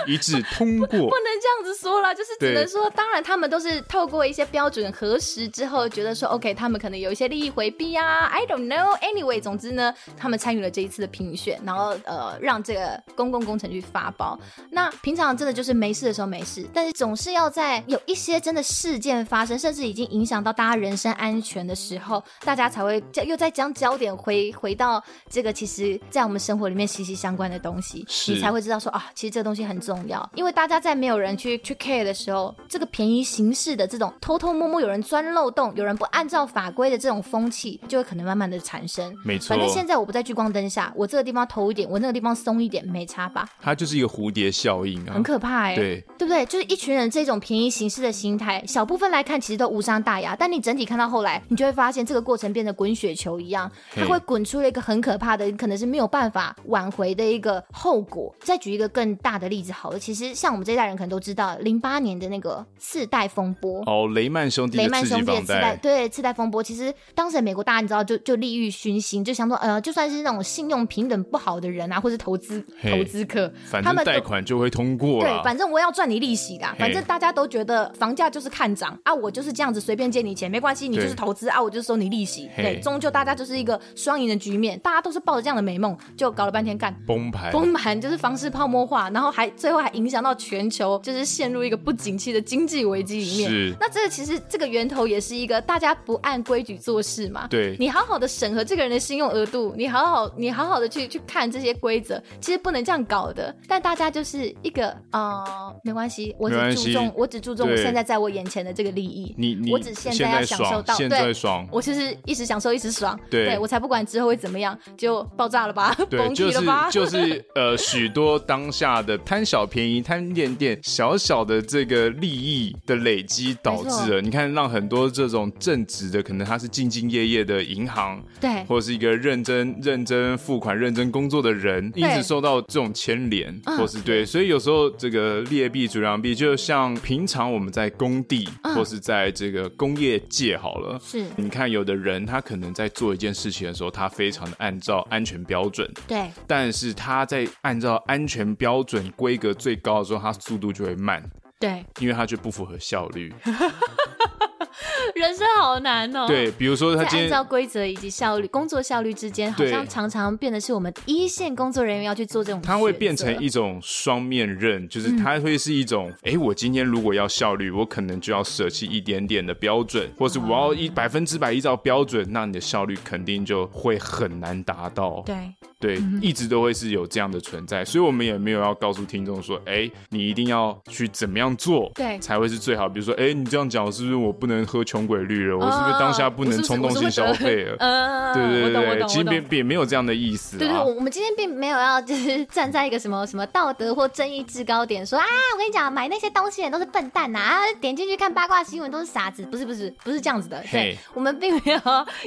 Speaker 2: 一致通过，
Speaker 4: 不能这样子说啦，就是只
Speaker 2: 对
Speaker 4: 能说，当然他们都是透过一些标准核实之后，觉得说 OK，他们可能有一些利益回避啊，I don't know。Anyway，总之呢，他们参与了这一次的评选，然后呃，让这个公共工程去发包。那平常真的就是没事的时候没事，但是总是要在有一些真的事件发生，甚至已经影响到大家人身安全的时候，大家才会又再将焦点回回到这个其实在我们生活里面息息相关的东西，
Speaker 2: 是
Speaker 4: 你才会知道说啊，其实这个东西很重要。因为大家在没有人去去 care 的时候，这个便宜行事的这种偷偷摸摸有人钻漏洞、有人不按照法规的这种风气，就会可能慢慢的产生。
Speaker 2: 没错。
Speaker 4: 反正现在我不在聚光灯下，我这个地方头一点，我那个地方松一点，没差吧？
Speaker 2: 它就是一个蝴蝶效应啊，
Speaker 4: 很可怕哎、
Speaker 2: 对，
Speaker 4: 对不对？就是一群人这种便宜行事的心态，小部分来看其实都无伤大雅，但你整体看到后来，你就会发现这个过程变得滚雪球一样，
Speaker 2: 嘿
Speaker 4: 它会滚出了一个很可怕的，可能是没有办法挽回的一个后果。再举一个更大的例子好了，其实像我们这一代人可能都知道，道零八年的那个次贷风波。
Speaker 2: 哦，雷曼兄弟
Speaker 4: 雷
Speaker 2: 的
Speaker 4: 曼
Speaker 2: 刺激
Speaker 4: 兄弟的
Speaker 2: 房
Speaker 4: 次贷
Speaker 2: 贷，
Speaker 4: 对次贷风波，其实当时美国大家你知道就就利欲熏心，就想说呃，就算是那种信用平等不好的人啊，或是投资
Speaker 2: 嘿
Speaker 4: 投资客，
Speaker 2: 反
Speaker 4: 他
Speaker 2: 正
Speaker 4: 们都
Speaker 2: 贷款就会通过嗯
Speaker 4: 对，
Speaker 2: 了。
Speaker 4: 反正我要赚你利息的啊，
Speaker 2: 嘿
Speaker 4: 反正大家都觉得房价就是看涨啊，我就是这样子随便借你钱，没关系，你就是投资啊，我就收你利息，
Speaker 2: 嘿
Speaker 4: 对，终究大家就是一个双赢的局面，大家都是抱着这样的美梦，就搞了半天干。
Speaker 2: 崩盘，
Speaker 4: 崩盘就是房市泡沫化，然后还最后还影响到全球，就是陷入一个不景气的经济危机里面。
Speaker 2: 是
Speaker 4: 那这个其实这个源头也是一个大家不按规矩做事嘛。
Speaker 2: 对
Speaker 4: 你好好的审核这个人的信用额度，你好好你好好的去去看这些规则，其实不能这样搞的。但大家就是一个呃，没关系，我
Speaker 2: 没
Speaker 4: 只
Speaker 2: 关
Speaker 4: 注
Speaker 2: 系
Speaker 4: 重我只注重我
Speaker 2: 对
Speaker 4: 现在在我眼前的这个利益。
Speaker 2: 你你
Speaker 4: 我只现在要享受
Speaker 2: 爽，
Speaker 4: 到
Speaker 2: 现
Speaker 4: 对
Speaker 2: 在爽，
Speaker 4: 我就是一时享受一时爽，
Speaker 2: 对
Speaker 4: 我才不管之后会怎么样，就爆炸了吧，
Speaker 2: 对，
Speaker 4: 崩
Speaker 2: 就
Speaker 4: 溃了
Speaker 2: 是
Speaker 4: 吧，
Speaker 2: 就是呃，许多当下的贪小便宜、贪一点点小小的这个利益的累积，导致了你看，让很多这种正直的，可能他是兢兢业业的银行，
Speaker 4: 对。
Speaker 2: 或者是一个认真认真付款、认真工作的人，因此受到这种牵连，
Speaker 4: 嗯
Speaker 2: 或是对，所以有时候这个劣币逐良币，就像平常我们在工地、或是在这个工业界好了，
Speaker 4: 嗯是
Speaker 2: 你看有的人他可能在做一件事情的时候，他非常的按照安全标准，
Speaker 4: 对，
Speaker 2: 但是他在按照安全标准规格最高的时候，他速度就会慢，
Speaker 4: 对，
Speaker 2: 因为他就不符合效率。
Speaker 4: 哦
Speaker 1: 人生好难哦。
Speaker 2: 对，比如说他
Speaker 4: 在
Speaker 2: 今
Speaker 4: 按
Speaker 2: 天
Speaker 4: 照规则以及效率、工作效率之间，好
Speaker 2: 对
Speaker 4: 像常常变得是我们一线工作人员要去做这种选择，嗯
Speaker 2: 它会变成一种双面刃，就是它会是一种，哎、我今天如果要效率，我可能就要舍弃一点点的标准，或是我要
Speaker 4: 哦
Speaker 2: 一百分之百依照标准，那你的效率肯定就会很难达到。
Speaker 4: 对嗯
Speaker 2: 对，一直都会是有这样的存在，所以我们也没有要告诉听众说，哎，你一定要去怎么样做，
Speaker 4: 对
Speaker 2: 才会是最好。比如说，哎，你这样讲是不是我不能喝穷鬼绿了？我是不是
Speaker 4: 哦
Speaker 2: 当下不能冲动性消费 了？
Speaker 4: 呃，
Speaker 2: 对对
Speaker 4: 我懂我
Speaker 2: 对，
Speaker 4: 懂
Speaker 2: 其实
Speaker 4: 我
Speaker 2: 并
Speaker 4: 懂。
Speaker 2: 并没有这样的意思啊。
Speaker 4: 对对，我我们今天并没有要就是站在一个什么什么道德或正义制高点说啊，我跟你讲，买那些东西的人都是笨蛋呐、啊，点进去看八卦新闻都是傻子，不是不是不是这样子的，对
Speaker 2: 嘿
Speaker 4: 我们并没有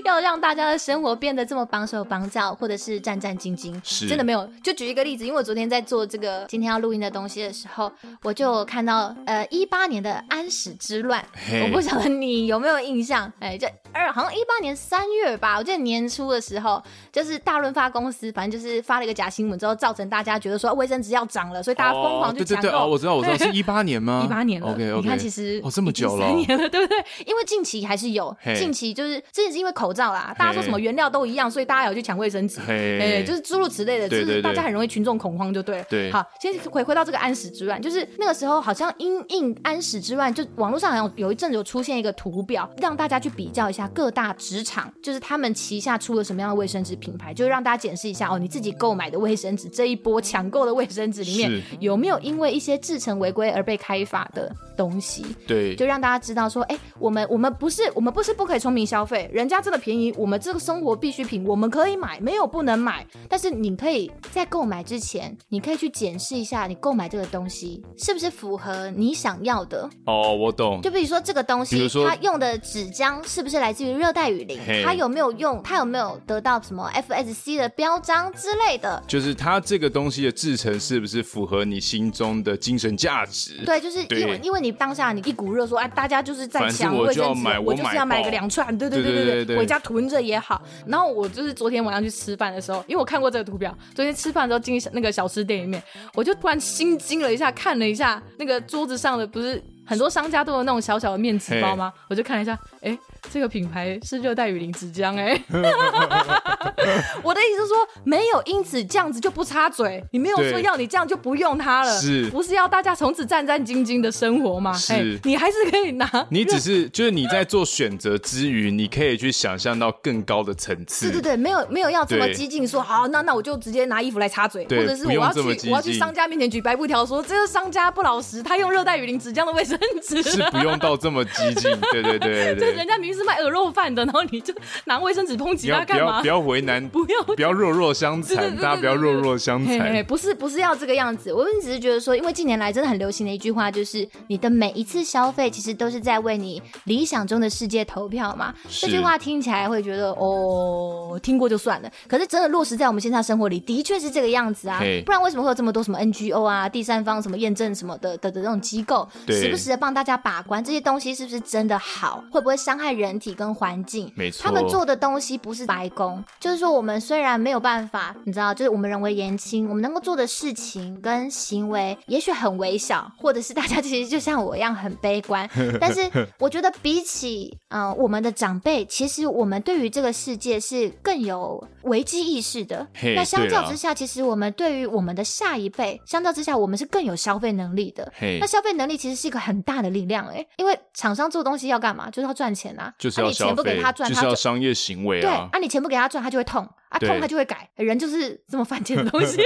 Speaker 4: 要让大家的生活变得这么绑手绑脚或者是战战兢兢，
Speaker 2: 是
Speaker 4: 真的没有。就举一个例子，因为我昨天在做这个今天要录音的东西的时候，我就看到呃一八年的安史之乱，
Speaker 2: 嘿
Speaker 4: 我不晓得你有没有印象？哎，这二好像一八年三月吧，我记得年初的时候，就是大润发公司，反正就是发了一个假新闻之后，造成大家觉得说啊卫生纸要涨了，所以大家疯狂去
Speaker 2: 哦、对
Speaker 4: 抢
Speaker 2: 对对哦，
Speaker 4: 购。
Speaker 2: 我知道，我知道是一八年吗？
Speaker 4: 一八年了
Speaker 2: OK OK，
Speaker 4: 你看其实
Speaker 2: 啊哦这么久了
Speaker 4: 三
Speaker 2: 哦，
Speaker 4: 年了，对不对？因为近期还是有，
Speaker 2: 嘿
Speaker 4: 近期就是之前是因为口罩啦，大家说什么原料都一样，所以大家有去抢卫生纸，
Speaker 2: 嘿
Speaker 4: 哎，就是诸如此类的，
Speaker 2: 对
Speaker 4: 就是
Speaker 2: 对对
Speaker 4: 大家很容易群众恐慌，就对了。
Speaker 2: 对
Speaker 4: 好，先回回到这个安史之乱，就是那个时候好像因应安史之乱，就网络上好像有一阵子有出现一个图表，让大家去比较一下各大职场，就是他们旗下出了什么样的卫生纸品牌，就是让大家检视一下哦，你自己购买的卫生纸这一波抢购的卫生纸里面
Speaker 2: 是
Speaker 4: 有没有因为一些制成违规而被开发的东西。
Speaker 2: 对
Speaker 4: 就让大家知道说，哎、我们我们不是我们不是不可以聪明消费，人家真的便宜，我们这个生活必需品我们可以买，没有不能买。但是你可以在购买之前，你可以去检视一下你购买这个东西是不是符合你想要的。
Speaker 2: 哦，我懂
Speaker 4: 就，比如说这个东
Speaker 2: 比
Speaker 4: 西
Speaker 2: 如，说
Speaker 4: 它用的纸浆是不是来自于热带雨林
Speaker 2: 嘿？
Speaker 4: 它有没有用？它有没有得到什么 FSC 的标章之类的？
Speaker 2: 就是它这个东西的制成是不是符合你心中的精神价值？
Speaker 4: 对，就是因为
Speaker 2: 对
Speaker 4: 因为你当下你一股热说，哎，大家就是在
Speaker 2: 反正
Speaker 4: 抢
Speaker 2: 我
Speaker 4: 卫
Speaker 2: 就要
Speaker 4: 生纸
Speaker 2: 买，
Speaker 4: 我
Speaker 2: 我
Speaker 4: 就是
Speaker 2: 买
Speaker 4: 要买
Speaker 2: 爆
Speaker 4: 个两串，对对
Speaker 2: 对对
Speaker 4: 对
Speaker 2: 对对
Speaker 4: 回家囤着也好。然后我就是昨天晚上去吃饭的时候，因为我看过这个图表，昨天吃饭的时候进那个小吃店里面，我就突然心惊了一下，看了一下那个桌子上的不是。很多商家都有那种小小的面纸包吗？我就看了一下，哎、这个品牌是热带雨林纸浆、哎， 我的意思是说，没有因此这样子就不插嘴，你没有说
Speaker 2: 对
Speaker 4: 要你这样就不用它了，
Speaker 2: 是
Speaker 4: 不是要大家从此战战兢兢的生活吗？
Speaker 2: 是
Speaker 4: 哎你还是可 以拿。
Speaker 2: 你只是就是你在做选择之余，你可以去想象到更高的层次。
Speaker 4: 对对对，没有没有要这么
Speaker 2: 对
Speaker 4: 激进说，好，那那我就直接拿衣服来插嘴，或
Speaker 2: 对
Speaker 4: 者是我
Speaker 2: 不用
Speaker 4: 要去
Speaker 2: 这么激
Speaker 4: 我要去
Speaker 2: 进
Speaker 4: 商家面前举白布条说，这个商家不老实，他用热带雨林纸浆的卫生
Speaker 1: 争执、
Speaker 2: 是不用到这么激进，对对对对
Speaker 1: 就
Speaker 2: 对
Speaker 1: 人，家明明是卖鹅肉饭的，然后你就拿卫生纸抨
Speaker 2: 不
Speaker 1: 击
Speaker 2: 要
Speaker 1: 他
Speaker 2: 不
Speaker 1: 干
Speaker 2: 要
Speaker 1: 嘛
Speaker 2: 不？要为 难，
Speaker 1: 不要
Speaker 2: 不要弱弱相残，大家不要弱弱相
Speaker 1: 嘿嘿，
Speaker 2: 残，
Speaker 1: 不
Speaker 4: 不是不是要这个样子，我们只是觉得说，因为近年来真的很流行的一句话就是，你的每一次消费其实都是在为你理想中的世界投票嘛。
Speaker 2: 是
Speaker 4: 这句话听起来会觉得哦，听过就算了，可是真的落实在我们线上生活里，的确是这个样子啊
Speaker 2: 嘿。
Speaker 4: 不然为什么会有这么多什么 NGO 啊、第三方什么验证什么的的的这种机构，
Speaker 2: 对
Speaker 4: 时不时的帮大家把关这些东西是不是真的好，会不会伤害人体跟环境？
Speaker 2: 没错
Speaker 4: 他们做的东西不是白宫，就是说我们虽然没有办法，你知道，就是我们人为言轻，我们能够做的事情跟行为也许很微小，或者是大家其实就像我一样很悲 观，但是我觉得比起嗯、呃我们的长辈，其实我们对于这个世界是更有危机意识的
Speaker 2: 嘿。
Speaker 4: 那相较
Speaker 2: 对啦
Speaker 4: 之下，其实我们对于我们的下一辈，相较之下，我们是更有消费能力的。
Speaker 2: 嘿
Speaker 4: 那，消费能力其实是一个很大的力量诶、因为厂商做东西要干嘛？就是要赚钱啊，
Speaker 2: 就是
Speaker 4: 啊
Speaker 2: 要
Speaker 4: 你钱
Speaker 2: 消
Speaker 4: 不给
Speaker 2: 费
Speaker 4: 他，赚，
Speaker 2: 就
Speaker 4: 他
Speaker 2: 是要商业行为
Speaker 4: 对
Speaker 2: 啊
Speaker 4: 啊，，你钱不给他赚，他就会痛啊，
Speaker 2: 对
Speaker 4: 痛他就会改，人就是这么犯贱的东
Speaker 1: 东
Speaker 4: 西。
Speaker 1: 西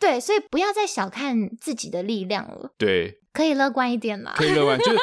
Speaker 4: 对，所以不要再小看自己的力量了，
Speaker 2: 对，
Speaker 4: 可以乐观一点啦。
Speaker 2: 可以乐观， 就是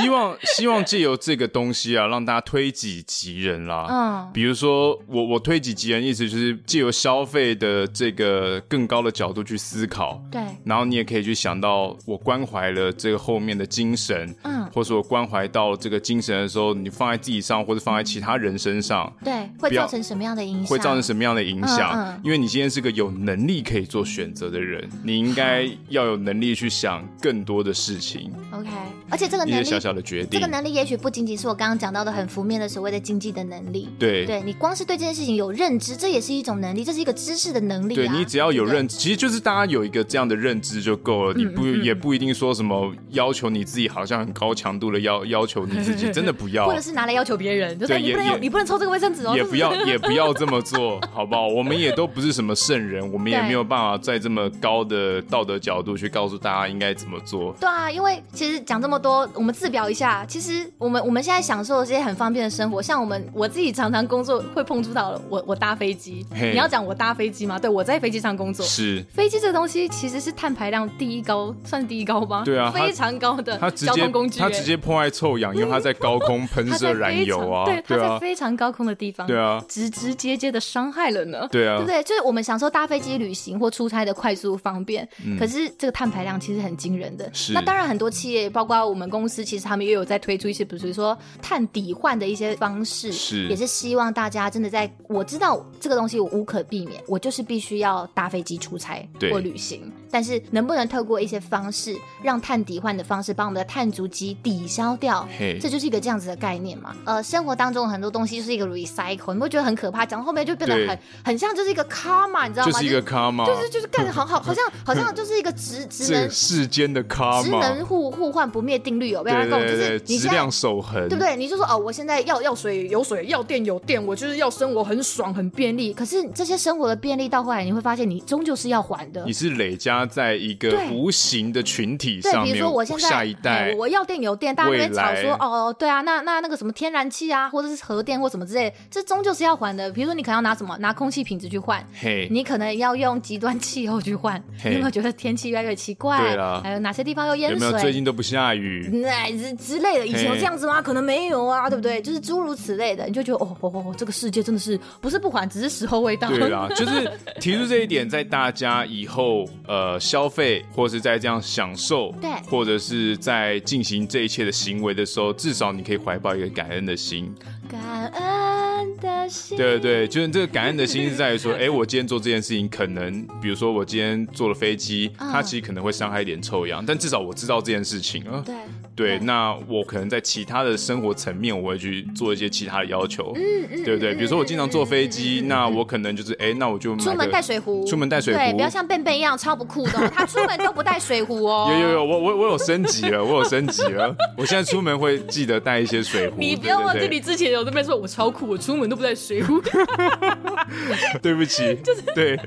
Speaker 2: 希望希望借由这个东西啊，让大家推己及人啦，
Speaker 4: 嗯，
Speaker 2: 比如说，我我推己及人，意思就是借由消费的这个更高的角度去思考，
Speaker 4: 对，
Speaker 2: 然后你也可以去想到，我关怀了这个后面的精神，
Speaker 4: 嗯，
Speaker 2: 或者我关怀到这个精神的时候，你放在自己上，或者放在其他人身上，
Speaker 4: 对，会
Speaker 2: 不要
Speaker 4: 造成什么样的影响？
Speaker 2: 会造成什么样的影响？
Speaker 4: 嗯嗯
Speaker 2: 因为你今天是个有能力可以做选择的人，你应该要有能力去想更多的事情，
Speaker 4: OK，而且这个
Speaker 2: 一些
Speaker 4: 能力
Speaker 2: 小，小的决
Speaker 4: 这
Speaker 2: 定
Speaker 4: 个。能力也许不仅仅是我刚刚讲到的很负面的所谓的经济的能力。
Speaker 2: 对
Speaker 4: 对你光是对这件事情有认知，这也是一种能力，这是一个知识的能力、啊。
Speaker 2: 对你只要有
Speaker 4: 对不嗯对
Speaker 2: 认知，其实就是大家有一个这样的认知就够了。你不也不一定说什么要求你自己，好像很高强度的要要求你自己，真的不要
Speaker 4: 或，者是拿来要求别人，
Speaker 1: 就
Speaker 4: 就说
Speaker 1: 是
Speaker 2: 哦对
Speaker 1: 你
Speaker 2: 也
Speaker 1: 不能用，
Speaker 2: 也
Speaker 1: 你不能抽这个卫生纸哦，
Speaker 2: 也
Speaker 1: 这是
Speaker 2: 不 要也不要这么做，好不好？我们也都不是什么圣人，我们也
Speaker 4: 对
Speaker 2: 没有办法在这么高的道德角度去告诉大家应该怎么做。
Speaker 4: 对啊，因为其实讲这么多，我们自表一下，其实我们我们现在享受的这些很方便的生活，像我们我自己常常工作会碰触到了，我我搭飞机，
Speaker 2: 嘿
Speaker 1: 你要讲我搭飞机吗？对，我在飞机上工作。
Speaker 2: 是，
Speaker 1: 飞机这个东西其实是碳排量第一高，算第一高吗？
Speaker 2: 对啊它
Speaker 1: 非常高的
Speaker 2: 他直
Speaker 1: 交
Speaker 2: 接
Speaker 1: 通工具、
Speaker 2: 他直接破坏臭氧，因为他在高空 喷
Speaker 1: 它在
Speaker 2: 射燃
Speaker 1: 非
Speaker 2: 油
Speaker 1: 常
Speaker 2: 啊
Speaker 1: 对，，它
Speaker 2: 对
Speaker 1: 在
Speaker 2: 啊，
Speaker 1: 非常高空的地方，
Speaker 2: 对啊，
Speaker 1: 直直接接的伤害了呢。
Speaker 2: 对
Speaker 4: 对
Speaker 2: 啊
Speaker 4: 不，对？就是我们享受搭飞机旅行或出差的快速方便，可是这个碳排量其实很惊人的。
Speaker 2: 嗯是
Speaker 4: 那当然，很多企业包括我们公司，其实他们也有在推出一些，比如说碳抵换的一些方式，
Speaker 2: 是
Speaker 4: 也是希望大家真的在我知道这个东西我无可避免，我就是必须要搭飞机出差
Speaker 2: 对
Speaker 4: 或旅行，但是能不能透过一些方式，让碳抵换的方式把我们的碳足迹抵消掉？
Speaker 2: 嘿
Speaker 4: 这，就是一个这样子的概念嘛。呃，生活当中很多东西就是一个 recycle，你会觉得很可怕，讲到后面就变得
Speaker 2: 对
Speaker 4: 很很像就是一个 karma，你知道
Speaker 2: 就
Speaker 4: 吗？
Speaker 2: 是一个卡嘛，
Speaker 4: 就是就是干得好 好，好像好像就是一个职职
Speaker 2: 这
Speaker 4: 能
Speaker 2: 个世间的卡
Speaker 4: 职
Speaker 2: 嘛，
Speaker 4: 能互互换不灭定律有没有？
Speaker 2: 对
Speaker 4: 那种就
Speaker 2: 对对，
Speaker 4: 是你
Speaker 2: 质
Speaker 4: 现在
Speaker 2: 量守恒，
Speaker 4: 对不对？你就说哦，我现在要要水有水，要电有电，我就是要生活很爽很便利。可是这些生活的便利到后来，你会发现你终究是要还的
Speaker 2: 你。是累加在一个
Speaker 4: 对
Speaker 2: 无形的群体
Speaker 4: 对，
Speaker 2: 上
Speaker 4: 比
Speaker 2: 面，
Speaker 4: 如说我现在
Speaker 2: 下一代
Speaker 4: 哎我我要电有电，大家在那边吵
Speaker 2: 未
Speaker 4: 说
Speaker 2: 来
Speaker 4: 哦，对啊，那那那个什么天然气啊，或者是核电或什么之类，这终究是要还的。比如说你可能要拿什么拿空气品质去换，
Speaker 2: 嘿，
Speaker 4: 你可能要用极端气候去换。
Speaker 2: 嘿
Speaker 4: 你有没有觉得天气越来越奇怪？
Speaker 2: 对啦
Speaker 4: 还有哪些地方又淹
Speaker 2: 有没
Speaker 4: 水？
Speaker 2: 有最近都不下雨？
Speaker 4: 那之之类的，以前有
Speaker 2: 嘿
Speaker 4: 这样子吗？可能没有啊，对不对？就是诸如此类的，你就觉得哦哦哦，这个世界真的是不是不还，只是时候未到。
Speaker 2: 对啊啦，就是提出这一点，在大家以后呃消费，或是在这样享受，
Speaker 4: 对
Speaker 2: 或者是在进行这一切的行为的时候，至少你可以怀抱一个感恩的心，
Speaker 4: 感恩的心。
Speaker 2: 对对对，就是这个感恩的心是在 于说，哎，我今天做这件事情，可能比如说我今天坐了飞机，
Speaker 4: 嗯
Speaker 2: 它其实可能会伤害一点臭氧，但至少我知道这件事情啊，
Speaker 4: 对
Speaker 2: 对，
Speaker 4: 对
Speaker 2: 那我可能在其他的生活层面，我会去做一些其他的要求，
Speaker 4: 嗯
Speaker 2: 对不对？比如说我经常坐飞机，那我可能就是，哎，那我就买个
Speaker 4: 出门带水壶，
Speaker 2: 出门带水壶
Speaker 4: 对，不要像笨笨一样超不酷 的哦、他出门都不带水壶哦。
Speaker 2: 有有有，我我我有升级了，我有升级了，我现在出门会记得带一些水 壶。
Speaker 1: 你不
Speaker 2: 对
Speaker 1: 要
Speaker 2: 对
Speaker 1: 忘记，
Speaker 2: 对
Speaker 1: 你之前有那边说我超酷，我出门都不带水壶。
Speaker 2: 对不起，对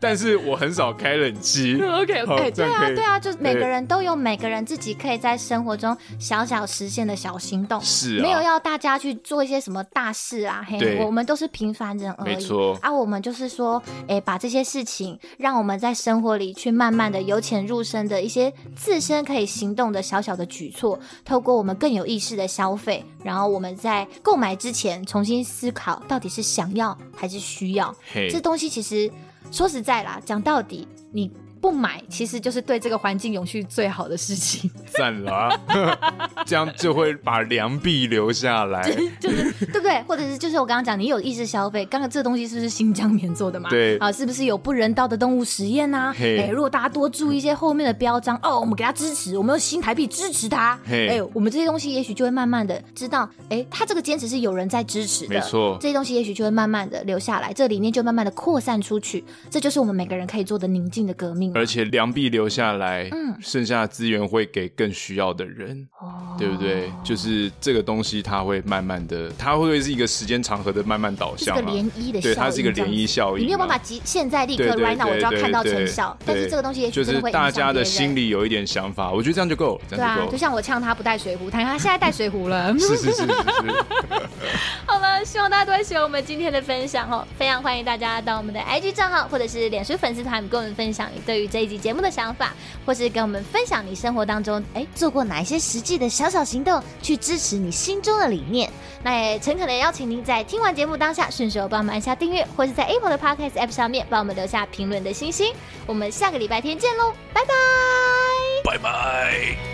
Speaker 2: 但是我很少开冷气。
Speaker 1: OK，
Speaker 2: 好
Speaker 4: 哎、
Speaker 2: 这
Speaker 4: 对
Speaker 2: 样
Speaker 4: 啊，
Speaker 2: 可以
Speaker 4: 对啊，就是每个人都有每个人自己可以在生活中小小实现的小行动，
Speaker 2: 是啊，
Speaker 4: 没有要大家去做一些什么大事啊，嘿，
Speaker 2: 对
Speaker 4: 我们都是平凡人而已。
Speaker 2: 没错
Speaker 4: 啊，我们就是说，哎、把这些事情，让我们在生活里去慢慢的由浅入深的一些自身可以行动的小小的举措，透过我们更有意识的消费，然后我们在购买之前重新思考，到底是想要还是需要。
Speaker 2: 嘿
Speaker 4: 这东西其实说实在啦，讲到底，你不买其实就是对这个环境永续最好的事情。
Speaker 2: 赞了啊， 这样就会把良币留下来。
Speaker 4: 对不对？或者是就是我刚刚讲，你有意识消费，刚刚这东西是不是新疆棉做的嘛？
Speaker 2: 对
Speaker 4: 啊，是不是有不人道的动物实验呐、啊？
Speaker 2: 嘿
Speaker 4: 哎，如果大家多注意一些后面的标章，哦，我们给他支持，我们用新台币支持他，
Speaker 2: 嘿
Speaker 4: 哎，我们这些东西也许就会慢慢的知道，哎，他这个坚持是有人在支持的，
Speaker 2: 没错
Speaker 4: 这些东西也许就会慢慢的留下来，这理念就慢慢的扩散出去，这就是我们每个人可以做的宁静的革命。
Speaker 2: 而且良币留下来，
Speaker 4: 嗯
Speaker 2: 剩下的资源会给更需要的人，
Speaker 4: 哦
Speaker 2: 对不对？就是这个东西，它会慢慢的，它会是一个时间长河的慢慢导
Speaker 4: 这是
Speaker 2: 向
Speaker 4: 个
Speaker 2: 嘛。
Speaker 4: 涟漪的效应，
Speaker 2: 对，它是一个涟漪效应嘛。啊
Speaker 4: 你没有办法即现在立刻
Speaker 2: 对对
Speaker 4: right now 我
Speaker 2: 对
Speaker 4: 就要
Speaker 2: 对
Speaker 4: 看到
Speaker 2: 对
Speaker 4: 成效，但是
Speaker 2: 对
Speaker 4: 这个东西也
Speaker 2: 就
Speaker 4: 许真
Speaker 2: 是
Speaker 4: 的会影响
Speaker 2: 大家的
Speaker 4: 别人
Speaker 2: 心里有一点想法，我觉得这样就够，了，这
Speaker 4: 对
Speaker 2: 样
Speaker 4: 啊
Speaker 2: 就，够。
Speaker 4: 就
Speaker 2: 了。
Speaker 4: 像我呛他不带水壶，他他现在带水 壶了。
Speaker 2: 是是是是是。
Speaker 3: 好了，希望大家都会喜欢我们今天的分享哦。非常欢迎大家到我们的 IG 账号或者是脸书粉丝团，跟我们分享你对于这一集节目的想法，或是跟我们分享你生活当中哎
Speaker 4: 做过哪一些实际的小小行动去支持你心中的理念？
Speaker 3: 那也诚恳的邀请您在听完节目当下，顺手帮我们按下订阅，或是在 Apple 的 Podcast App 上面帮我们留下评论的星星。我们下个礼拜天见喽，拜拜。
Speaker 2: 拜拜。